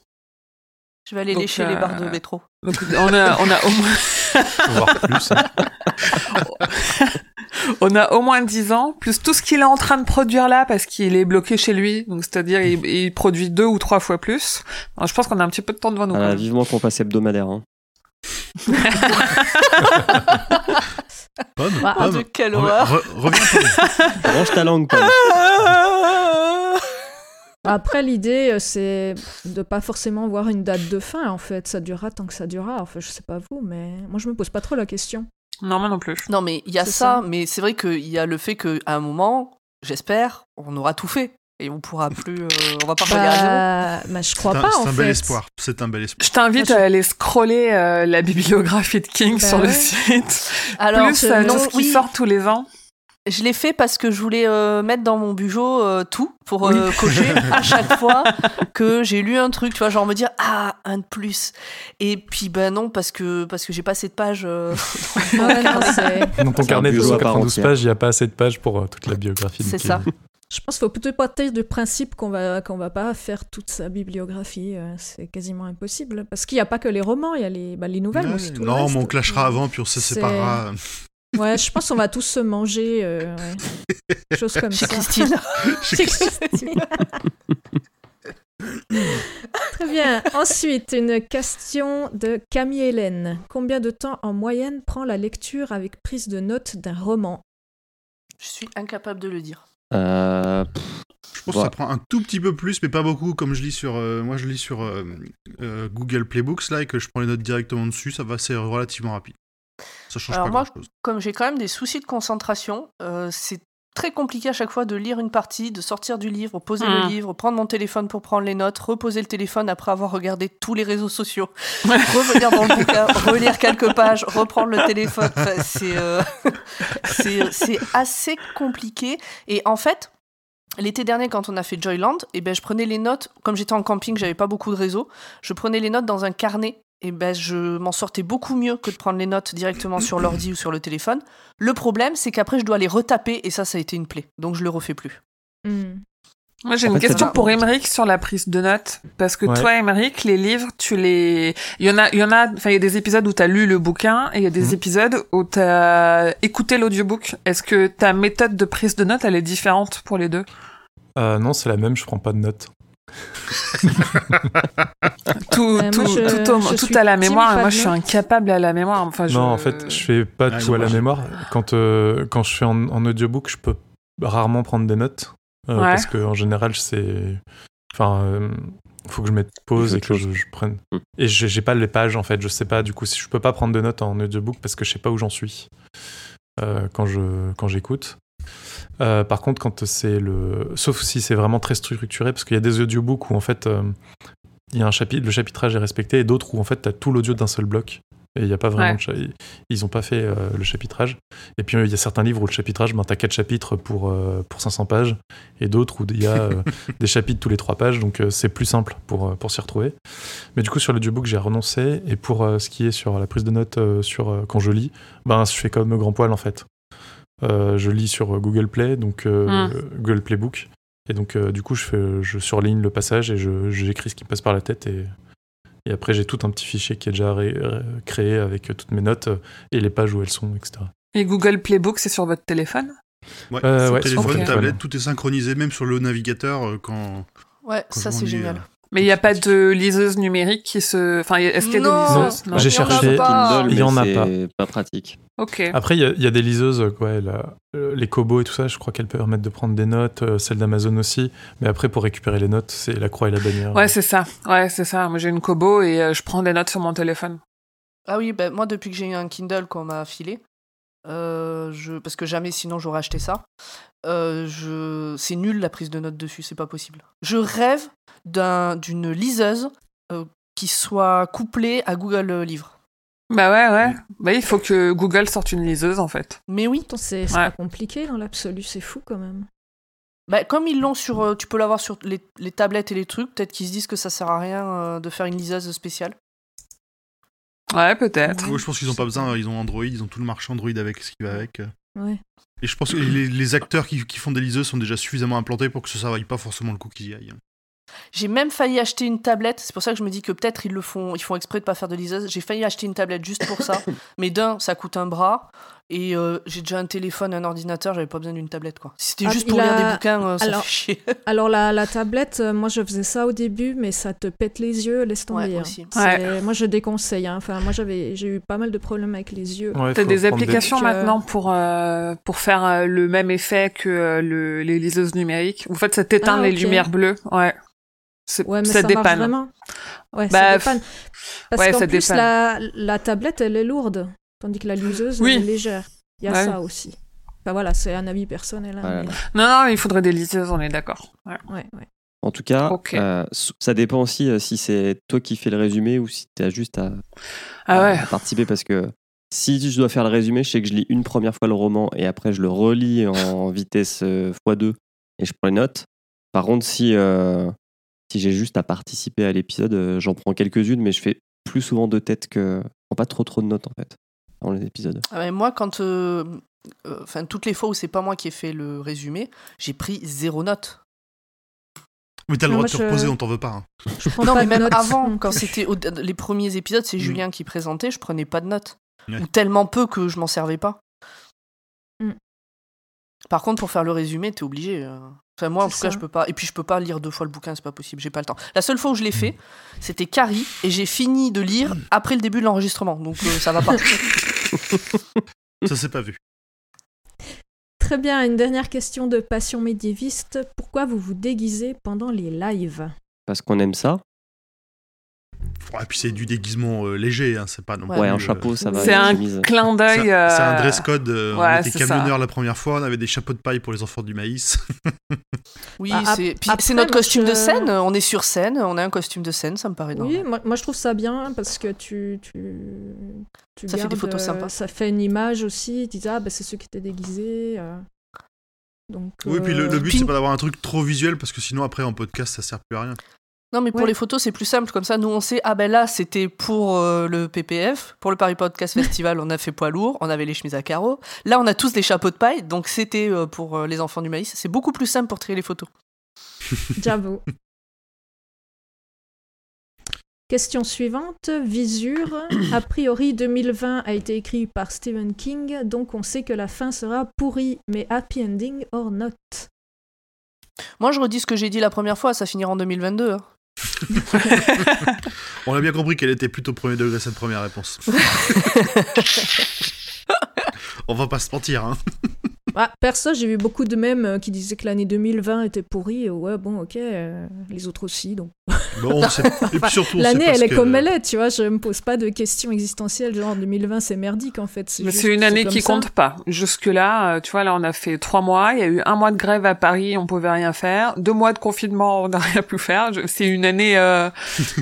Speaker 1: Je vais aller
Speaker 3: Donc,
Speaker 1: lécher les
Speaker 3: euh,
Speaker 1: barres de métro.
Speaker 3: Donc on a, on a au moins,
Speaker 2: voir plus. hein.
Speaker 3: on a au moins 10 ans, plus tout ce qu'il est en train de produire là, parce qu'il est bloqué chez lui. Donc c'est-à-dire il, il produit deux ou trois fois plus. Alors, je pense qu'on a un petit peu de temps devant nous.
Speaker 4: Ah,
Speaker 3: quand même.
Speaker 4: vivement qu'on passe hebdomadaire. hein.
Speaker 2: Pomme,
Speaker 6: Wow.
Speaker 1: Ah,
Speaker 2: pomme.
Speaker 1: de quelle
Speaker 2: Re-
Speaker 1: horreur
Speaker 2: re- reviens, pomme.
Speaker 4: Range ta langue, Paul.
Speaker 6: Après, l'idée, euh, c'est de pas forcément voir une date de fin, en fait. Ça durera tant que ça durera. Enfin, je sais pas vous, mais moi, je me pose pas trop la question.
Speaker 3: Non, moi non plus.
Speaker 1: Non, mais il y a ça,
Speaker 6: C'est ça.
Speaker 1: mais c'est vrai qu'il y a le fait qu'à un moment, j'espère, on aura tout fait. Et on pourra plus. euh, on va pas revenir à zéro.
Speaker 6: Bah, bah, je crois
Speaker 2: C'est un,
Speaker 6: pas,
Speaker 2: c'est
Speaker 6: en
Speaker 2: un
Speaker 6: fait.
Speaker 2: bel espoir. C'est un bel espoir.
Speaker 3: Je t'invite
Speaker 1: Ah,
Speaker 6: Moi, je-
Speaker 3: à aller scroller euh, la bibliographie de King
Speaker 6: Bah
Speaker 3: sur le
Speaker 6: ouais.
Speaker 3: site.
Speaker 1: Alors,
Speaker 3: plus
Speaker 6: euh,
Speaker 3: euh,
Speaker 1: non,
Speaker 3: tout ce qui
Speaker 1: oui,
Speaker 3: sort tous les ans.
Speaker 1: Je l'ai fait parce que je voulais euh, mettre dans mon bugeot euh, tout pour
Speaker 3: Oui.
Speaker 1: euh, cocher à chaque fois que j'ai lu un truc, tu vois, genre me dire ah un de plus. Et puis ben non parce que parce que j'ai pas assez de pages. euh, dans mon
Speaker 6: Ouais, non,
Speaker 1: carnet.
Speaker 6: c'est-
Speaker 5: Dans ton
Speaker 4: C'est
Speaker 5: carnet
Speaker 4: un
Speaker 5: de
Speaker 4: bijou à part
Speaker 5: 292
Speaker 4: entière.
Speaker 5: pages, il n'y a pas assez de pages pour euh, toute la biographie. de
Speaker 1: C'est
Speaker 5: King.
Speaker 1: ça.
Speaker 6: Je pense qu'il faut plutôt partir du principe qu'on va, qu'on va pas faire toute sa bibliographie. euh, C'est quasiment impossible. Parce qu'il n'y a pas que les romans, il y a les, bah, les nouvelles
Speaker 2: Ouais,
Speaker 6: aussi. tout le
Speaker 2: non,
Speaker 6: reste.
Speaker 2: mais on clashera avant, puis on se
Speaker 6: C'est-
Speaker 2: séparera.
Speaker 6: Ouais, je pense qu'on va tous se manger. euh, ouais. Chose comme
Speaker 1: Chez
Speaker 6: ça.
Speaker 1: Christine.
Speaker 6: Chez Christine. Très bien. Ensuite, une question de Camille Hélène. Combien de temps en moyenne prend la lecture avec prise de notes d'un roman
Speaker 1: Je suis incapable de le dire.
Speaker 4: Euh, pff,
Speaker 2: Je pense
Speaker 4: Ouais.
Speaker 2: que ça prend un tout petit peu plus, mais pas beaucoup. Comme je lis sur, euh, moi je lis sur euh, euh, Google Playbooks là et que je prends les notes directement dessus, ça va, c'est relativement rapide. Ça change
Speaker 1: Alors
Speaker 2: pas
Speaker 1: moi,
Speaker 2: grand chose.
Speaker 1: Comme j'ai quand même des soucis de concentration, euh, c'est très compliqué à chaque fois de lire une partie, de sortir du livre, poser
Speaker 3: Mm.
Speaker 1: le livre, prendre mon téléphone pour prendre les notes, reposer le téléphone après avoir regardé tous les réseaux sociaux, revenir dans le bouquin, relire quelques pages, reprendre le téléphone. Enfin, c'est euh, c'est- c'est assez compliqué. Et en fait, l'été dernier, quand on a fait Joyland, et ben, je prenais les notes, comme j'étais en camping, j'avais pas beaucoup de réseau, je prenais les notes dans un carnet. Et ben, je m'en sortais beaucoup mieux que de prendre les notes directement sur l'ordi ou sur le téléphone. Le problème, c'est qu'après, je dois les retaper, et ça, ça a été une plaie. Donc, je le refais plus.
Speaker 6: Hmm.
Speaker 3: Moi, j'ai
Speaker 4: En
Speaker 3: une
Speaker 4: fait, ça
Speaker 3: question
Speaker 4: dépend.
Speaker 3: pour Émeric sur la prise de notes. Parce que
Speaker 5: Ouais.
Speaker 3: toi, Émeric, les livres, tu les, il y en a, il y en a, enfin, il y a des épisodes où t'as lu le bouquin et il y a des
Speaker 5: Mhm.
Speaker 3: épisodes où t'as écouté l'audiobook. Est-ce que ta méthode de prise de notes, elle est différente pour les deux?
Speaker 5: Euh, non, c'est la même, je prends pas de notes.
Speaker 3: Tout,
Speaker 6: Euh, moi,
Speaker 3: tout,
Speaker 6: je-
Speaker 3: tout, au-
Speaker 6: je
Speaker 3: tout
Speaker 6: suis
Speaker 3: à la
Speaker 6: team
Speaker 3: mémoire. et
Speaker 6: pas
Speaker 3: Moi,
Speaker 6: de
Speaker 3: je suis
Speaker 6: notes.
Speaker 3: incapable à la mémoire. Enfin, je...
Speaker 5: Non, en fait, je fais pas
Speaker 2: Ah,
Speaker 5: tout à la
Speaker 2: dommage.
Speaker 5: mémoire. Quand, euh, quand je suis en, en audiobook, je peux rarement prendre des notes. euh,
Speaker 3: Ouais.
Speaker 5: Parce que en général, c'est. Enfin, euh, faut que je me pose
Speaker 4: Il
Speaker 5: et
Speaker 4: faut
Speaker 5: que
Speaker 4: autre
Speaker 5: je, je prenne.
Speaker 4: Mm.
Speaker 5: Et j'ai j'ai pas les pages, en fait. Je sais pas, du coup, si je peux pas prendre de notes en audiobook parce que je sais pas où j'en suis euh, quand je- quand j'écoute. Euh, par contre, quand c'est le. Sauf si c'est vraiment très structuré, parce qu'il y a des audiobooks où, en fait. euh, il y a un chapitre, le chapitrage est respecté, et d'autres où en fait t'as tout l'audio d'un seul bloc. Et il n'y a pas vraiment
Speaker 3: Ouais.
Speaker 5: de cha- ils- Ils ont pas fait euh, le chapitrage. Et puis, euh, il y a certains livres où le chapitrage, ben, t'as 4 chapitres pour, euh, pour 500 pages. Et d'autres où il y a euh, des chapitres tous les 3 pages. Donc, euh, c'est plus simple pour, euh, pour s'y retrouver. Mais du coup, sur le book j'ai renoncé. Et pour euh, ce qui est sur la prise de notes euh, sur, euh, quand je lis, ben, je fais comme Grand Poil, en fait. Euh, je lis sur euh, Google Play, donc euh, Google Playbook. Et donc, euh, du coup, je, fais- je surligne le passage et je- j'écris ce qui me passe par la tête. Et, et après, j'ai tout un petit fichier qui est déjà ré- ré- créé avec euh, toutes mes notes euh, et les pages où elles sont, etc.
Speaker 3: Et Google Playbook, c'est sur votre téléphone
Speaker 2: Ouais,
Speaker 5: Euh, ouais,
Speaker 2: téléphone,
Speaker 3: ok.
Speaker 2: tablette, tout est synchronisé, même sur le navigateur euh, quand.
Speaker 1: Ouais,
Speaker 2: quand
Speaker 1: ça
Speaker 2: je
Speaker 1: c'est
Speaker 2: m'ennuie,
Speaker 1: génial.
Speaker 2: euh,
Speaker 3: Mais il n'y a pas de liseuse numérique qui se. Enfin, y a- est-ce qu'il y a
Speaker 1: Non.
Speaker 3: des liseuses
Speaker 5: J'ai
Speaker 1: Il y en a
Speaker 5: cherché-
Speaker 1: pas.
Speaker 5: Il y en a pas.
Speaker 4: C'est pas pratique.
Speaker 3: Ok.
Speaker 5: Après, il y a- il y, a des liseuses, euh, ouais, la- euh, les Kobo et tout ça, je crois qu'elles permettent de prendre des notes, euh, celles d'Amazon aussi. Mais après, pour récupérer les notes, c'est la croix et la bannière.
Speaker 3: Ouais, c'est ça. Ouais, c'est ça. Moi, j'ai une Kobo et euh, je prends des notes sur mon téléphone.
Speaker 1: Ah oui, bah, moi depuis que j'ai eu un Kindle qu'on m'a filé, euh, je... parce que jamais sinon j'aurais acheté ça, euh, je... c'est nul la prise de notes dessus, c'est pas possible. Je rêve d'un- d'une liseuse euh, qui soit couplée à Google euh, Livres.
Speaker 3: Bah ouais, ouais. Bah, il faut que Google sorte une liseuse, en fait.
Speaker 1: Mais oui,
Speaker 6: Attends, c'est c'est
Speaker 3: Ouais.
Speaker 6: pas compliqué dans l'absolu, c'est fou quand même.
Speaker 1: bah, comme ils l'ont sur, euh, tu peux l'avoir sur les, les tablettes et les trucs, peut-être qu'ils se disent que ça sert à rien euh, de faire une liseuse spéciale.
Speaker 3: Ouais, peut-être.
Speaker 2: Ouais, je pense qu'ils ont pas besoin, euh, ils ont Android, ils ont tout le marché Android avec ce qui va avec. euh.
Speaker 6: Ouais.
Speaker 2: Et je pense que les, les acteurs qui, qui font des liseuses sont déjà suffisamment implantés pour que ça ne vaille pas forcément le coup qu'ils y aillent.
Speaker 1: J'ai même failli acheter une tablette, c'est pour ça que je me dis que peut-être ils le font, ils font exprès de pas faire de liseuse. J'ai failli acheter une tablette juste pour ça, mais d'un, ça coûte un bras, et euh, j'ai déjà un téléphone, un ordinateur, j'avais pas besoin d'une tablette quoi. Si c'était
Speaker 6: Ah,
Speaker 1: juste
Speaker 6: il
Speaker 1: pour lire
Speaker 6: a-
Speaker 1: des bouquins, euh, ça
Speaker 6: Alors,
Speaker 1: fait chier.
Speaker 6: Alors la, la tablette, euh, moi je faisais ça au début, mais ça te pète les yeux, laisse tomber.
Speaker 1: Ouais,
Speaker 6: hein.
Speaker 1: aussi.
Speaker 6: C'est- Moi je déconseille. hein. Enfin, moi j'avais, j'ai eu pas mal de problèmes avec les yeux.
Speaker 5: Ouais,
Speaker 3: T'as
Speaker 5: faut
Speaker 3: des
Speaker 5: prendre
Speaker 3: applications
Speaker 6: Donc, euh,
Speaker 3: maintenant pour, euh, pour faire euh, le même effet que euh, le- les liseuses numériques. En fait, ça t'éteint
Speaker 6: Ah,
Speaker 3: les
Speaker 6: ok.
Speaker 3: lumières bleues. Ouais. C'est-
Speaker 6: Ouais, mais
Speaker 3: ça,
Speaker 6: ça, marche
Speaker 3: dépanne.
Speaker 6: vraiment. Ouais,
Speaker 3: Bah,
Speaker 6: ça dépanne. Parce
Speaker 3: ouais,
Speaker 6: qu'en
Speaker 3: ça
Speaker 6: plus
Speaker 3: dépanne.
Speaker 6: la, la tablette elle est lourde, tandis que la liseuse
Speaker 3: Oui.
Speaker 6: elle est légère. Il y a
Speaker 3: Ouais.
Speaker 6: ça aussi. Enfin voilà, c'est un avis personnel. hein,
Speaker 4: Voilà.
Speaker 3: Non, non, il faudrait des liseuses, on est d'accord. Ouais.
Speaker 6: mais- ouais, ouais.
Speaker 4: En tout cas,
Speaker 3: Ok.
Speaker 4: euh, s- ça dépend aussi euh, si c'est toi qui fais le résumé ou si t'as juste à,
Speaker 3: Ah
Speaker 4: à-
Speaker 3: ouais.
Speaker 4: à euh, participer parce que si je dois faire le résumé, je sais que je lis une première fois le roman et après je le relis en vitesse euh, x2 et je prends les notes. Par contre, si, euh, si j'ai juste à participer à l'épisode, euh, j'en prends quelques-unes, mais je fais plus souvent de tête que. Je prends pas trop trop de notes en fait dans les épisodes.
Speaker 1: Ah, mais moi, quand, euh, euh, enfin toutes les fois où c'est pas moi qui ai fait le résumé, j'ai pris zéro note.
Speaker 2: Mais t'as le
Speaker 6: Non,
Speaker 2: droit
Speaker 6: moi,
Speaker 2: de te
Speaker 6: je-
Speaker 2: reposer, on t'en veut pas. hein.
Speaker 6: Je prends
Speaker 1: Non,
Speaker 6: pas
Speaker 1: mais
Speaker 6: de
Speaker 1: même
Speaker 6: notes.
Speaker 1: avant,
Speaker 6: Mm.
Speaker 1: quand c'était au- les premiers épisodes, c'est Julien qui présentait, je prenais pas de notes.
Speaker 2: Ouais.
Speaker 1: Ou tellement peu que je m'en servais pas.
Speaker 6: Mm.
Speaker 1: Par contre, pour faire le résumé, t'es obligé. euh. Enfin, moi, en tout
Speaker 6: C'est
Speaker 1: cas,
Speaker 6: ça.
Speaker 1: je peux pas. Et puis, je peux pas lire deux fois le bouquin, c'est pas possible, j'ai pas le temps. La seule fois où je l'ai
Speaker 6: Mm.
Speaker 1: fait, c'était Carrie, et j'ai fini de lire après le début de l'enregistrement, donc euh, ça va pas.
Speaker 2: Ça s'est pas vu.
Speaker 6: Très bien, une dernière question de passion médiéviste. Pourquoi vous vous déguisez pendant les lives
Speaker 4: Parce qu'on aime ça.
Speaker 2: Ouais, puis c'est du déguisement euh, léger, hein, c'est pas non
Speaker 1: Ouais.
Speaker 4: Ouais,
Speaker 2: plus,
Speaker 4: un
Speaker 2: euh,
Speaker 4: chapeau, ça va.
Speaker 3: C'est
Speaker 4: une
Speaker 3: un
Speaker 4: chemise.
Speaker 3: clin
Speaker 2: C'est
Speaker 3: d'œil.
Speaker 2: un, c'est un
Speaker 3: euh,
Speaker 2: dress code. euh,
Speaker 3: ouais,
Speaker 2: on était
Speaker 3: c'est ça.
Speaker 2: camionneurs la première fois, on avait des chapeaux de paille pour les enfants du maïs.
Speaker 1: Oui,
Speaker 6: Bah, ap-
Speaker 1: c'est puis
Speaker 6: après,
Speaker 1: c'est notre
Speaker 6: moi,
Speaker 1: costume de
Speaker 6: je-
Speaker 1: scène, on est sur scène, on a un costume de scène, ça me paraît normal.
Speaker 6: Oui, moi, moi, je trouve ça bien parce que tu. tu, tu
Speaker 1: Ça fait des
Speaker 6: gardes,
Speaker 1: photos
Speaker 6: euh,
Speaker 1: sympas.
Speaker 6: Ça fait une image aussi. Tu dis, ah, bah, c'est ceux qui étaient déguisés. euh. Donc,
Speaker 2: oui, puis le,
Speaker 6: euh,
Speaker 2: le but,
Speaker 1: puis-
Speaker 2: c'est pas d'avoir un truc trop visuel parce que sinon, après, en podcast, ça sert plus à rien.
Speaker 1: Non, mais pour
Speaker 6: Ouais.
Speaker 1: les photos, c'est plus simple. Comme ça, nous, on sait, ah ben là, c'était pour euh, le PPF, pour le Paris Podcast Festival, on a fait poids lourd, on avait les chemises à carreaux. Là, on a tous des chapeaux de paille, donc c'était euh, pour euh, les enfants du maïs. C'est beaucoup plus simple pour trier les photos.
Speaker 6: J'avoue. Question suivante, Visure. A priori, 2020 a été écrit par Stephen King, donc on sait que la fin sera pourrie, mais happy ending or not.
Speaker 1: Moi, je redis ce que j'ai dit la première fois, ça finira en 2022. hein.
Speaker 2: On a bien compris qu'elle était plutôt premier degré, cette première réponse. on va pas se mentir, hein.
Speaker 6: Ah, perso, j'ai vu beaucoup de mèmes euh, qui disaient que l'année 2020 était pourrie. Ouais, bon, ok, euh, les autres aussi, donc.
Speaker 2: Bon, on sait- Et puis surtout, on sait
Speaker 6: L'année,
Speaker 2: pas
Speaker 6: elle
Speaker 2: ce
Speaker 6: est
Speaker 2: que-
Speaker 6: comme elle est, tu vois. Je me pose pas de questions existentielles, genre 2020, c'est merdique en fait.
Speaker 3: Mais
Speaker 6: juste-
Speaker 3: c'est une année
Speaker 6: comme
Speaker 3: qui
Speaker 6: ça.
Speaker 3: compte pas. Jusque-là, euh, tu vois, là, on a fait trois mois. Il y a eu un mois de grève à Paris, on pouvait rien faire. Deux mois de confinement, on n'a rien pu faire. Je- C'est une année euh,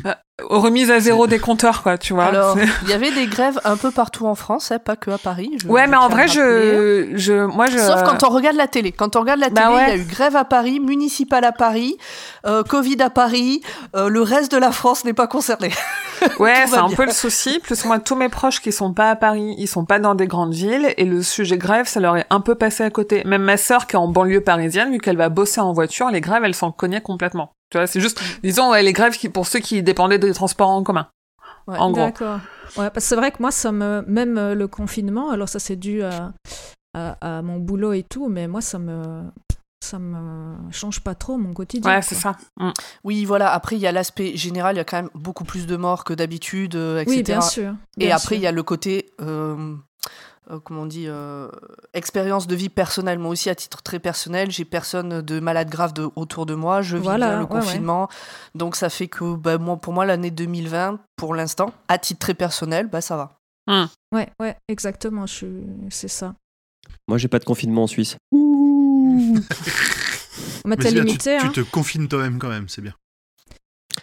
Speaker 3: euh, remise à zéro des compteurs, quoi, tu vois.
Speaker 1: Alors,
Speaker 3: C'est-
Speaker 1: il y avait des grèves un peu partout en France, hein, pas que à Paris. je-
Speaker 3: Ouais,
Speaker 1: je
Speaker 3: mais en
Speaker 1: tiens à
Speaker 3: vrai,
Speaker 1: le rappeler.
Speaker 3: je, je, moi, je.
Speaker 1: Sauf quand on regarde la télé. Quand on regarde la
Speaker 3: Bah
Speaker 1: télé, il y a
Speaker 3: ouais.
Speaker 1: eu grève à Paris, municipale à Paris, euh, Covid à Paris, euh, le reste de la France n'est pas concerné.
Speaker 3: Ouais,
Speaker 1: Tout
Speaker 3: c'est
Speaker 1: va
Speaker 3: un
Speaker 1: bien.
Speaker 3: peu le souci. Plus moi, tous mes proches qui sont pas à Paris, ils sont pas dans des grandes villes, et le sujet grève, ça leur est un peu passé à côté. Même ma sœur qui est en banlieue parisienne, vu qu'elle va bosser en voiture, les grèves, elle s'en cognait complètement. Tu vois, c'est juste,
Speaker 6: Mm.
Speaker 3: disons, ouais, les grèves qui, pour ceux qui dépendaient des transports en commun.
Speaker 1: Ouais,
Speaker 3: en gros.
Speaker 6: D'accord. Ouais, parce que c'est vrai que moi, ça me même euh, le confinement. Alors ça, c'est dû à, à- à mon boulot et tout, mais moi, ça me ça me change pas trop mon quotidien.
Speaker 3: Ouais, c'est
Speaker 6: quoi.
Speaker 3: ça. Mm.
Speaker 1: Oui, voilà. Après, il y a l'aspect général, il y a quand même beaucoup plus de morts que d'habitude, euh, etc.
Speaker 6: Oui, bien sûr.
Speaker 1: Et
Speaker 6: bien
Speaker 1: après,
Speaker 6: sûr.
Speaker 1: il y a le côté, euh, euh, comment on dit, euh, expérience de vie personnelle. Moi aussi, à titre très personnel, j'ai personne de malade grave de- autour de moi. Je vis
Speaker 6: Voilà,
Speaker 1: bien le
Speaker 6: ouais,
Speaker 1: confinement. Donc, ça fait que bah, moi, pour moi, l'année 2020, pour l'instant, à titre très personnel, bah, ça va.
Speaker 6: Ouais, ouais, exactement. Je suis... c'est ça.
Speaker 4: Moi, j'ai pas de confinement en Suisse.
Speaker 6: Mais
Speaker 2: Mais
Speaker 6: t'es
Speaker 2: c'est bien, tu-
Speaker 6: limité.
Speaker 2: tu,
Speaker 6: hein.
Speaker 2: te confines toi-même quand même, c'est bien.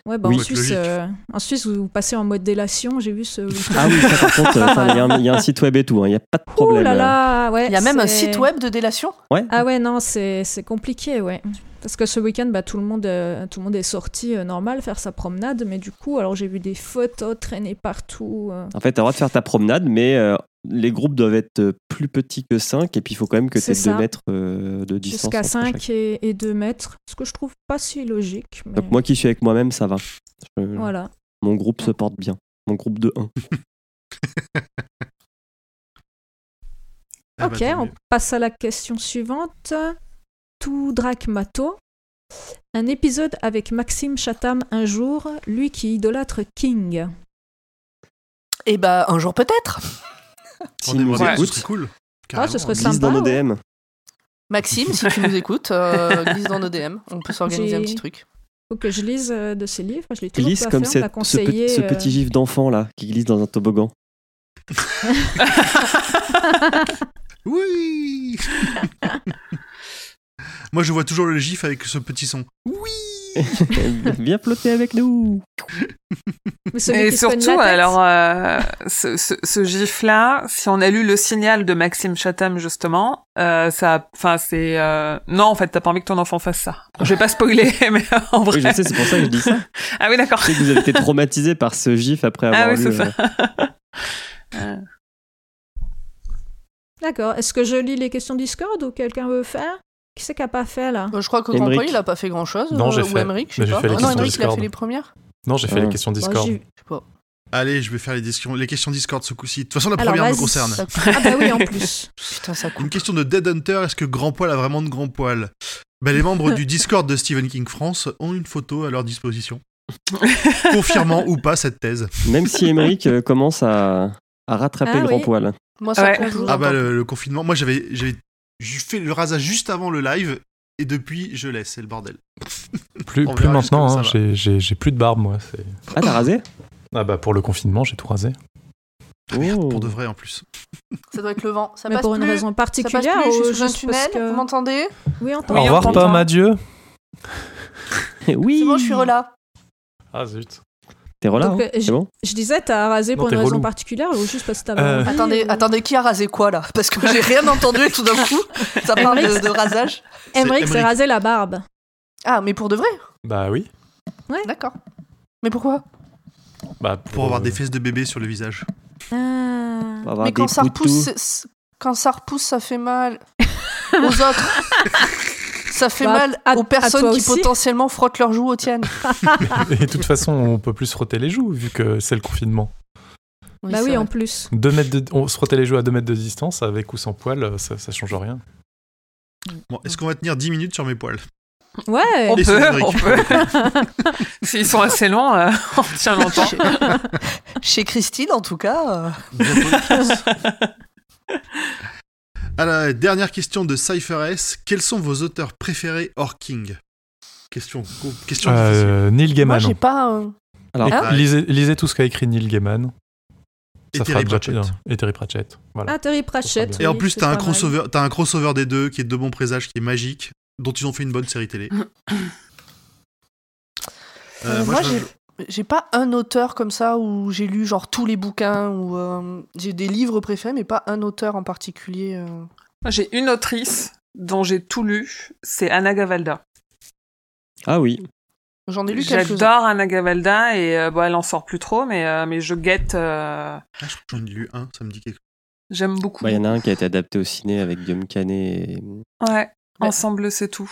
Speaker 6: Ouais, bah,
Speaker 4: Oui.
Speaker 6: en, Suisse,
Speaker 2: Logique.
Speaker 6: euh, en Suisse, vous passez en mode délation. J'ai vu ce.
Speaker 4: Ah oui, ça, par contre, euh, enfin, il y a un- il y, a un site web et tout, hein. il n'y a pas de
Speaker 6: Ouh
Speaker 4: problème.
Speaker 6: Oh là
Speaker 4: euh.
Speaker 6: là, ouais.
Speaker 1: Il y a même un
Speaker 6: Eh, c'est-
Speaker 1: site web de délation.
Speaker 4: Ouais.
Speaker 6: Ah ouais, non, c'est c'est compliqué, ouais. Parce que ce week-end, bah, tout, le monde, euh, tout le monde est sorti euh, normal faire sa promenade, mais du coup, alors j'ai vu des photos traîner partout. euh.
Speaker 4: En fait, t'as le droit de faire ta promenade, mais euh, les groupes doivent être euh, plus petits que 5, et puis il faut quand même que
Speaker 6: C'est
Speaker 4: t'aies 2
Speaker 6: ça.
Speaker 4: mètres euh, de distance.
Speaker 6: Jusqu'à
Speaker 4: entre
Speaker 6: 5
Speaker 4: chaque.
Speaker 6: et, 2 mètres, ce que je trouve pas si logique. mais
Speaker 4: Donc moi qui suis avec moi-même, ça va. Je-
Speaker 6: Voilà.
Speaker 4: Mon groupe se porte bien. Mon groupe de 1.
Speaker 2: Ah bah,
Speaker 6: ok,
Speaker 2: tant
Speaker 6: on
Speaker 2: mieux.
Speaker 6: passe à la question suivante. Tout Dracmato. Un épisode avec Maxime Chatham un jour, lui qui idolâtre King.
Speaker 1: Et bah, un jour peut-être.
Speaker 2: On
Speaker 4: S'ils nous
Speaker 2: aimerait bien, ce
Speaker 4: écoutent,
Speaker 2: serait cool.
Speaker 6: Ah, ce serait
Speaker 2: Carrément.
Speaker 6: sympa.
Speaker 4: glisse dans nos
Speaker 6: ouais.
Speaker 4: DM.
Speaker 1: Maxime, si tu nous écoutes, euh, glisse dans nos DM. On peut s'organiser un
Speaker 6: J'ai-
Speaker 1: petit truc.
Speaker 6: Faut que je lise euh, de ses livres. Je l'ai toujours
Speaker 4: Glisse
Speaker 6: pas
Speaker 4: comme
Speaker 6: fait, on
Speaker 4: cette-
Speaker 6: m'a
Speaker 4: ce, pe-
Speaker 6: conseillé,
Speaker 4: ce
Speaker 6: euh,
Speaker 4: petit gif d'enfant là, qui glisse dans un toboggan.
Speaker 2: Oui Moi, je vois toujours le gif avec ce petit son.
Speaker 4: Viens flotter avec nous
Speaker 6: Mais celui
Speaker 3: Et
Speaker 6: qui se cogne la
Speaker 3: surtout,
Speaker 6: tête.
Speaker 3: alors, euh, ce, ce, ce gif-là, si on a lu le signal de Maxime Chatham, justement, euh, ça, enfin, c'est, euh, non, en fait, t'as pas envie que ton enfant fasse ça. Je vais pas spoiler, mais en vrai.
Speaker 4: Oui, je sais, c'est pour ça que je dis ça.
Speaker 3: Ah oui, d'accord.
Speaker 4: Je sais que vous avez été traumatisé par ce gif après avoir
Speaker 3: Ah oui,
Speaker 4: lu,
Speaker 3: c'est ça.
Speaker 4: euh,
Speaker 6: D'accord. Est-ce que je lis les questions Discord ou quelqu'un veut faire Qui c'est qui a pas fait là
Speaker 1: Euh, Je crois que
Speaker 4: Emeric.
Speaker 1: Grand Poil, il a pas fait grand chose.
Speaker 5: Non, j'ai
Speaker 1: Ou
Speaker 5: fait.
Speaker 1: Emmerich, je
Speaker 5: Mais
Speaker 1: sais
Speaker 5: j'ai
Speaker 1: pas.
Speaker 5: fait
Speaker 1: Ah
Speaker 5: les
Speaker 1: non,
Speaker 5: questions
Speaker 1: Emmerich, il a fait
Speaker 5: Discord.
Speaker 1: les premières.
Speaker 5: Non, j'ai fait
Speaker 4: Ah.
Speaker 5: les questions
Speaker 6: Bah,
Speaker 5: Discord.
Speaker 6: j'y-
Speaker 1: Je sais pas.
Speaker 2: Allez, je vais faire les, questions- les questions Discord ce coup-ci. De toute façon, la
Speaker 6: Alors,
Speaker 2: première me
Speaker 6: vas-y.
Speaker 2: concerne.
Speaker 1: Ça-
Speaker 6: Ah bah oui, en plus.
Speaker 1: Putain, ça coûte.
Speaker 2: Une question de Dead Hunter, est-ce que Grand Poil a vraiment de grand poil Ben, Les membres du Discord de Stephen King France ont une photo à leur disposition, confirmant ou pas cette thèse.
Speaker 4: Même si Émeric euh, commence à, à rattraper
Speaker 6: Ah
Speaker 4: le grand
Speaker 6: oui.
Speaker 4: poil.
Speaker 1: Moi, ça
Speaker 3: Ouais.
Speaker 1: compte, je vous
Speaker 2: Ah bah
Speaker 1: entends.
Speaker 2: le, le confinement, moi j'avais j'avais ju- fait le rasage juste avant le live, et depuis je laisse, c'est le bordel.
Speaker 5: Plus,
Speaker 2: On
Speaker 5: plus
Speaker 2: verra jusqu'où
Speaker 5: maintenant,
Speaker 2: ça va.
Speaker 5: hein, j'ai- j'ai j'ai plus de barbe, moi. c'est-
Speaker 4: Ah, t'as rasé
Speaker 5: Ah bah, pour le confinement, j'ai tout rasé.
Speaker 2: Ah merde,
Speaker 4: Oh.
Speaker 2: pour de vrai en plus.
Speaker 1: Ça doit être le vent. Ça
Speaker 6: Mais
Speaker 1: passe
Speaker 6: pour une
Speaker 1: plus.
Speaker 6: raison
Speaker 1: Ça passe
Speaker 6: particulière
Speaker 1: plus, je
Speaker 6: ou
Speaker 1: suis sous un
Speaker 6: juste parce
Speaker 1: tunnel.
Speaker 6: que-
Speaker 1: Vous m'entendez
Speaker 6: Oui, on
Speaker 5: Au
Speaker 6: t'entend.
Speaker 5: revoir,
Speaker 1: on
Speaker 5: Pomme,
Speaker 1: t'entend.
Speaker 5: adieu.
Speaker 4: Oui
Speaker 1: C'est bon, je suis relâ.
Speaker 5: Ah zut.
Speaker 4: T'es relâche,
Speaker 6: Donc, euh,
Speaker 4: c'est bon
Speaker 6: Je disais, t'as rasé
Speaker 5: Non,
Speaker 6: pour
Speaker 5: t'es
Speaker 6: une raison
Speaker 5: relou.
Speaker 6: particulière ou juste parce que t'avais.
Speaker 5: Euh.
Speaker 6: envie,
Speaker 1: Attendez,
Speaker 6: ou-
Speaker 1: attendez, qui a rasé quoi là Parce que j'ai rien entendu et tout d'un coup, ça parle de, de rasage.
Speaker 6: Emmerich s'est
Speaker 2: Emmerich.
Speaker 6: rasé la barbe.
Speaker 1: Ah, mais pour de vrai
Speaker 5: Bah oui.
Speaker 1: D'accord. Mais pourquoi
Speaker 5: Bah,
Speaker 2: Pour avoir
Speaker 5: euh,
Speaker 2: des fesses de bébé sur le visage.
Speaker 6: Ah.
Speaker 4: Pour avoir
Speaker 1: Mais quand
Speaker 4: des
Speaker 1: ça repousse,
Speaker 4: poutous.
Speaker 1: c'est- c'est- quand ça repousse, ça fait mal aux autres. Ça fait
Speaker 6: Bah,
Speaker 1: mal
Speaker 6: à- à
Speaker 1: aux personnes
Speaker 6: toi
Speaker 1: qui
Speaker 6: aussi.
Speaker 1: potentiellement frottent leurs joues aux tiennes.
Speaker 5: Et de toute façon, on peut plus se frotter les joues vu que c'est le confinement.
Speaker 6: bah oui,
Speaker 1: c'est
Speaker 6: en
Speaker 1: vrai.
Speaker 6: plus.
Speaker 5: Deux mètres de... On se frottait les joues à 2 mètres de distance, avec ou sans poil, ça, ça change rien.
Speaker 2: Bon, est-ce qu'on va tenir 10 minutes sur mes poils
Speaker 6: Ouais.
Speaker 3: On
Speaker 2: Et
Speaker 3: peut,
Speaker 2: Cédric.
Speaker 3: on peut. S'ils sont assez longs, euh, on tient longtemps.
Speaker 1: Chez, chez Christine, en tout cas. euh,
Speaker 2: Bientôt les fesses. À la dernière question de Cypher S, quels sont vos auteurs préférés hors King Question, question difficile.
Speaker 5: Euh, Neil
Speaker 1: Moi,
Speaker 5: Gaiman.
Speaker 1: j'ai pas. euh,
Speaker 4: Alors,
Speaker 1: Hein
Speaker 5: lisez, lisez tout ce qu'a écrit Neil Gaiman.
Speaker 2: Et
Speaker 5: Ça fera
Speaker 2: Terry
Speaker 5: déjà
Speaker 2: Pratchett.
Speaker 5: plaisir. Et Terry Pratchett. Voilà.
Speaker 6: Ah, Terry Pratchett.
Speaker 2: Et en
Speaker 6: oui,
Speaker 2: plus,
Speaker 6: c'est
Speaker 2: t'as
Speaker 6: pas
Speaker 2: un,
Speaker 6: mal.
Speaker 2: crossover, t'as un crossover des deux qui est de bon présage, qui est magique, dont ils ont fait une bonne série télé. Euh,
Speaker 1: euh, moi,
Speaker 2: je-
Speaker 1: j'ai. J'ai pas un auteur comme ça où j'ai lu genre tous les bouquins ou euh, j'ai des livres préférés mais pas un auteur en particulier. euh.
Speaker 3: Moi, J'ai une autrice dont j'ai tout lu, c'est Anna Gavalda.
Speaker 4: ah oui.
Speaker 1: J'en ai lu quelques uns.
Speaker 3: J'adore Anna Gavalda et euh, bon, elle en sort plus trop, mais, euh, mais je guette. euh,
Speaker 2: Ah, je crois que j'en ai lu un, ça me dit quelque
Speaker 3: J'aime beaucoup.
Speaker 4: Bah, Il y en a un qui a été adapté au ciné avec Guillaume Canet. et-
Speaker 3: Ouais,
Speaker 1: Ouais.
Speaker 3: ensemble c'est tout.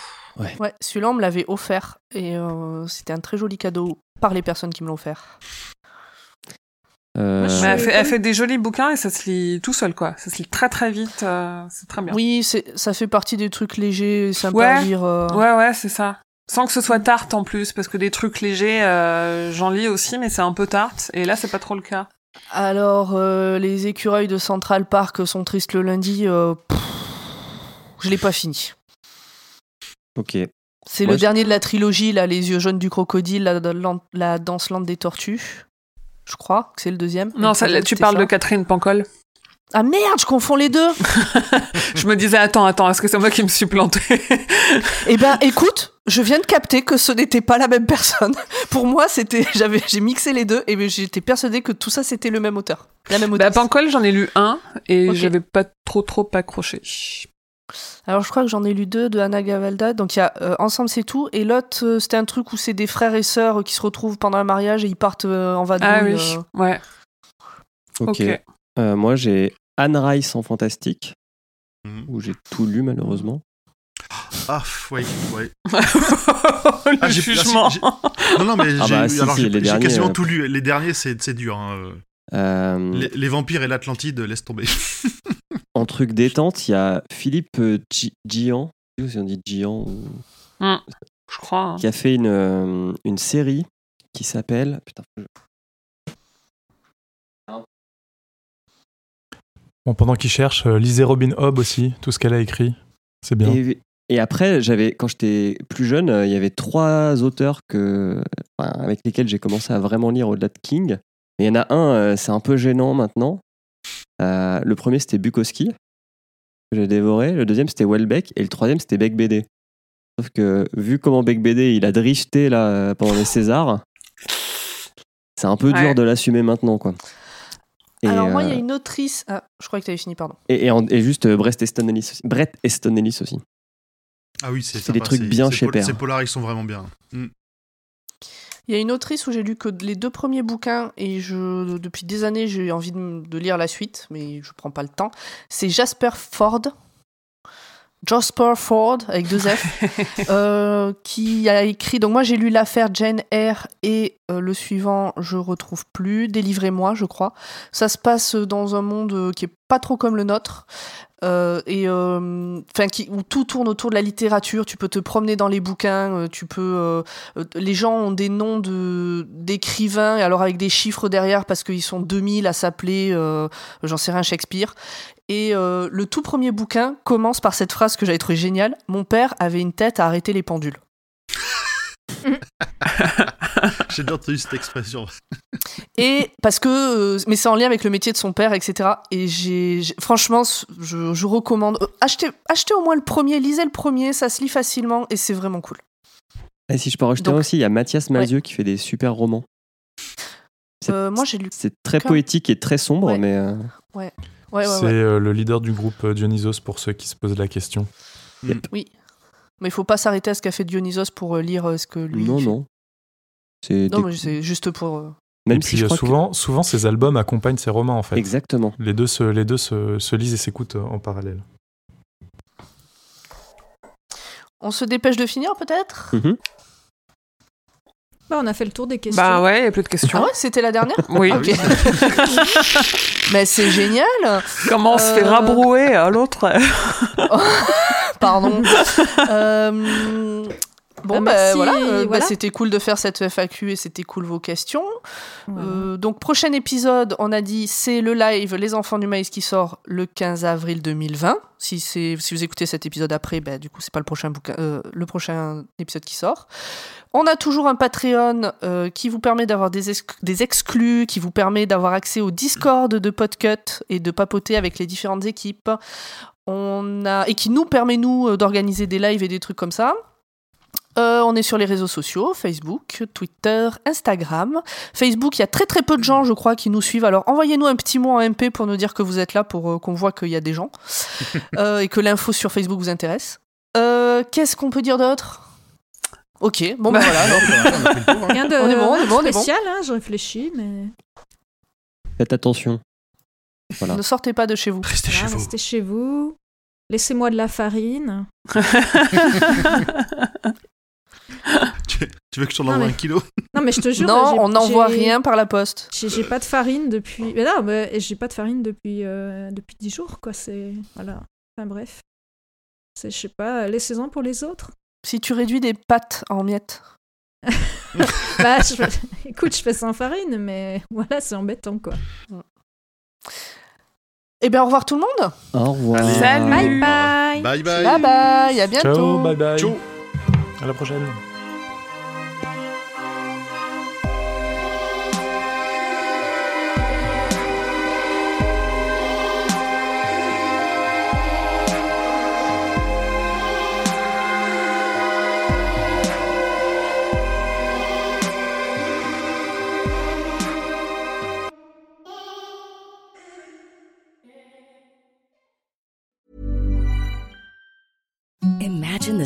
Speaker 1: Ouais, celui-là on me l'avait offert et euh, c'était un très joli cadeau par les personnes qui me l'ont offert.
Speaker 4: Euh,
Speaker 6: Moi, je
Speaker 3: Mais
Speaker 6: suis-
Speaker 3: elle,
Speaker 6: Euh,
Speaker 3: fait, elle
Speaker 6: comme-
Speaker 3: fait des jolis bouquins et ça se lit tout seul quoi. Ça se lit très très vite, euh, c'est très bien.
Speaker 1: Oui, c'est- ça fait partie des trucs légers, et sympas à
Speaker 3: Ouais.
Speaker 1: lire. euh.
Speaker 3: Ouais ouais c'est ça. Sans que ce soit tarte en plus parce que des trucs légers euh, j'en lis aussi mais c'est un peu tarte et là c'est pas trop le cas.
Speaker 1: Alors, euh, les écureuils de Central Park sont tristes le lundi. euh, pff, je l'ai pas fini.
Speaker 4: Ok.
Speaker 1: C'est
Speaker 4: Moi,
Speaker 1: le
Speaker 4: je-
Speaker 1: dernier de la trilogie, là, les yeux jaunes du crocodile, la, la, la danse lente des tortues. Je crois que c'est le deuxième.
Speaker 3: Non
Speaker 1: Le
Speaker 3: ça,
Speaker 1: troisième,
Speaker 3: tu
Speaker 1: c'était
Speaker 3: parles
Speaker 1: ça.
Speaker 3: de Catherine Pancol.
Speaker 1: Ah merde, je confonds les deux.
Speaker 3: Je me disais attends attends est-ce que c'est moi qui me suis plantée
Speaker 1: eh ben, écoute, je viens de capter que ce n'était pas la même personne. Pour moi, c'était, j'avais, j'ai mixé les deux et ben, j'étais persuadée que tout ça c'était le même auteur, la même
Speaker 3: Bah
Speaker 1: autrice.
Speaker 3: Pancol j'en ai lu un et
Speaker 1: Ok.
Speaker 3: j'avais pas trop trop accroché.
Speaker 1: Alors je crois que j'en ai lu deux de Anna Gavalda. Donc il y a euh, Ensemble c'est tout et l'autre euh, c'était un truc où c'est des frères et sœurs euh, qui se retrouvent pendant un mariage et ils partent euh, en vadrouille.
Speaker 3: Ah
Speaker 1: euh.
Speaker 3: oui ouais
Speaker 4: Ok.
Speaker 3: ok.
Speaker 4: Euh, moi, j'ai Anne Rice en Fantastique,
Speaker 2: chose.
Speaker 4: où j'ai tout lu malheureusement.
Speaker 2: Ah, pff, ouais, ouais.
Speaker 3: le
Speaker 2: Ah, j'ai-
Speaker 3: jugement.
Speaker 2: j'ai- Non, non, mais j'ai
Speaker 4: Ah bah, si,
Speaker 2: alors,
Speaker 4: si,
Speaker 2: j'ai-
Speaker 4: les
Speaker 2: j'ai
Speaker 4: derniers,
Speaker 2: quasiment
Speaker 4: euh,
Speaker 2: tout lu. Les derniers, c'est c'est dur. hein, euh.
Speaker 4: Euh,
Speaker 2: Les, les vampires et l'Atlantide, laisse tomber.
Speaker 4: En truc détente, il y a Philippe euh, Gi- Gian, je sais pas si on dit Gian, ou-
Speaker 3: Je crois. hein.
Speaker 4: qui a fait une, euh, une série qui s'appelle. Putain, je-
Speaker 5: Bon, pendant qu'il cherche, euh, lisez Robin Hobb aussi, tout ce qu'elle a écrit. C'est bien.
Speaker 4: Et, et après, j'avais, quand j'étais plus jeune, euh, il y avait trois auteurs que, enfin, avec lesquels j'ai commencé à vraiment lire au-delà de King. Et il y en a un, euh, c'est un peu gênant maintenant. Euh, le premier, c'était Bukowski, que j'ai dévoré. Le deuxième, c'était Welbeck. Et le troisième, c'était Beck BD. Sauf que, vu comment Beck BD, il a drifté là, euh, pendant les Césars, c'est un peu
Speaker 3: Ouais.
Speaker 4: dur de l'assumer maintenant. Quoi. Et,
Speaker 1: Alors moi il y a
Speaker 4: euh,
Speaker 1: une autrice. Ah, je crois que tu avais fini, pardon.
Speaker 4: et, et en- et juste euh, Brett Easton Ellis aussi. Brett Easton Ellis aussi.
Speaker 2: Ah oui, c'est
Speaker 4: C'est des
Speaker 2: sympa,
Speaker 4: trucs
Speaker 2: c'est-
Speaker 4: bien
Speaker 2: c'est
Speaker 4: chez
Speaker 2: pol-
Speaker 4: Père.
Speaker 2: Ces polars, ils sont vraiment bien.
Speaker 1: Il y a une autrice où j'ai lu que les deux premiers bouquins et je, depuis des années j'ai eu envie de, m- de lire la suite, mais je prends pas le temps. C'est Jasper Ford. Jasper Ford avec deux F, euh, qui a écrit. Donc moi j'ai lu l'affaire Jane Eyre et euh, le suivant je retrouve plus. Délivrez-moi, je crois. Ça se passe dans un monde euh, qui est pas trop comme le nôtre. Euh, et euh, enfin qui- où tout tourne autour de la littérature. Tu peux te promener dans les bouquins, euh, tu peux. euh, euh, les gens ont des noms de d'écrivains, et alors avec des chiffres derrière parce qu'ils sont 2000 à s'appeler, euh, j'en sais rien, Shakespeare. Et euh, le tout premier bouquin commence par cette phrase que j'avais trouvée géniale. Mon père avait une tête à arrêter les pendules.
Speaker 2: J'ai déjà entendu cette expression.
Speaker 1: Et parce que, euh, mais c'est en lien avec le métier de son père, etc. Et j'ai, j'ai- franchement, je, je recommande. Euh, achetez, achetez au moins le premier, lisez le premier, ça se lit facilement et c'est vraiment cool.
Speaker 4: Et Ah, si je peux en rajouter
Speaker 1: Donc-
Speaker 4: un aussi, il y a Mathias Malzieu qui fait des super romans. C'est-
Speaker 1: Euh, moi, j'ai lu.
Speaker 4: C'est très
Speaker 1: Comme-
Speaker 4: poétique et très sombre,
Speaker 1: Ouais.
Speaker 4: mais euh,
Speaker 1: Ouais, ouais,
Speaker 5: c'est
Speaker 1: ouais.
Speaker 5: euh, le leader du groupe euh, Dionysos pour ceux qui se posent la question.
Speaker 1: Mais il faut pas s'arrêter à ce qu'a fait Dionysos pour euh, lire euh, ce que lui.
Speaker 4: non,
Speaker 1: fait.
Speaker 4: non. C'est
Speaker 1: Non,
Speaker 4: des-
Speaker 1: mais c'est juste pour. euh,
Speaker 4: même
Speaker 5: et
Speaker 4: si
Speaker 5: puis
Speaker 4: je
Speaker 5: euh,
Speaker 4: crois que-
Speaker 5: souvent, souvent, ces albums accompagnent ces romans en fait.
Speaker 4: exactement.
Speaker 5: Les deux se, les deux se, se lisent et s'écoutent euh, en parallèle.
Speaker 1: On se dépêche de finir peut-être
Speaker 4: Mhm.
Speaker 6: Bah, on a fait le tour des questions.
Speaker 3: Bah ouais, il y a plus de questions.
Speaker 1: Ah ouais, c'était la dernière
Speaker 3: Oui.
Speaker 2: Ah
Speaker 1: Ok. Mais c'est génial
Speaker 3: Comment on se fait
Speaker 1: Euh.
Speaker 3: rabrouer à l'autre
Speaker 1: Pardon. Euh, Bon, bah,
Speaker 6: Bah, merci,
Speaker 1: voilà, euh, bah,
Speaker 6: voilà.
Speaker 1: c'était cool de faire cette FAQ et c'était cool vos questions.
Speaker 6: Voilà.
Speaker 1: Euh, donc, prochain épisode, on a dit, c'est le live Les Enfants du Maïs qui sort le 15 avril 2020. Si, c'est- si vous écoutez cet épisode après, bah, du coup, c'est pas le prochain, bouquin, euh, le prochain épisode qui sort. On a toujours un Patreon euh, qui vous permet d'avoir des, ex- des exclus, qui vous permet d'avoir accès au Discord de Podcut et de papoter avec les différentes équipes. On a... Et qui nous permet, nous, euh, d'organiser des lives et des trucs comme ça. Euh, on est sur les réseaux sociaux, Facebook, Twitter, Instagram. Facebook, il y a très très peu de gens, je crois, qui nous suivent. Alors envoyez-nous un petit mot en MP pour nous dire que vous êtes là, pour euh, qu'on voit qu'il y a des gens euh, et que l'info sur Facebook vous intéresse. Euh, Qu'est-ce qu'on peut dire d'autre Ok, bon
Speaker 6: Bah,
Speaker 1: ben voilà. alors.
Speaker 2: on a fait le tour, hein.
Speaker 6: Rien de
Speaker 1: On est bon, on est bon, on est bon.
Speaker 6: spécial, hein, je réfléchis, mais
Speaker 4: Faites attention. Voilà.
Speaker 1: Ne sortez pas de chez vous.
Speaker 2: Restez
Speaker 6: voilà,
Speaker 2: chez vous.
Speaker 6: restez chez vous. Laissez-moi de la farine.
Speaker 2: Tu, tu veux que je t'en
Speaker 6: Non,
Speaker 2: envoie
Speaker 6: mais-
Speaker 2: un kilo
Speaker 6: Non, mais je te jure.
Speaker 1: non,
Speaker 6: j'ai-
Speaker 1: on n'envoie
Speaker 6: j'ai-
Speaker 1: rien par la poste.
Speaker 6: J'ai j'ai pas de farine depuis. Mais non, mais j'ai pas de farine depuis euh, depuis dix jours, quoi. C'est voilà. Enfin bref, c'est je sais pas. Laissez-en pour les autres.
Speaker 1: Si tu réduis des pâtes en miettes.
Speaker 6: Bah, je- écoute, je fais sans farine, mais voilà, c'est embêtant, quoi.
Speaker 1: Eh bien, au revoir tout le monde.
Speaker 4: Au revoir.
Speaker 2: Allez.
Speaker 3: Salut.
Speaker 6: Bye bye.
Speaker 2: Bye bye.
Speaker 1: Bye bye, à bientôt.
Speaker 5: Ciao, bye bye.
Speaker 2: Ciao.
Speaker 5: À la prochaine.
Speaker 7: Imagine the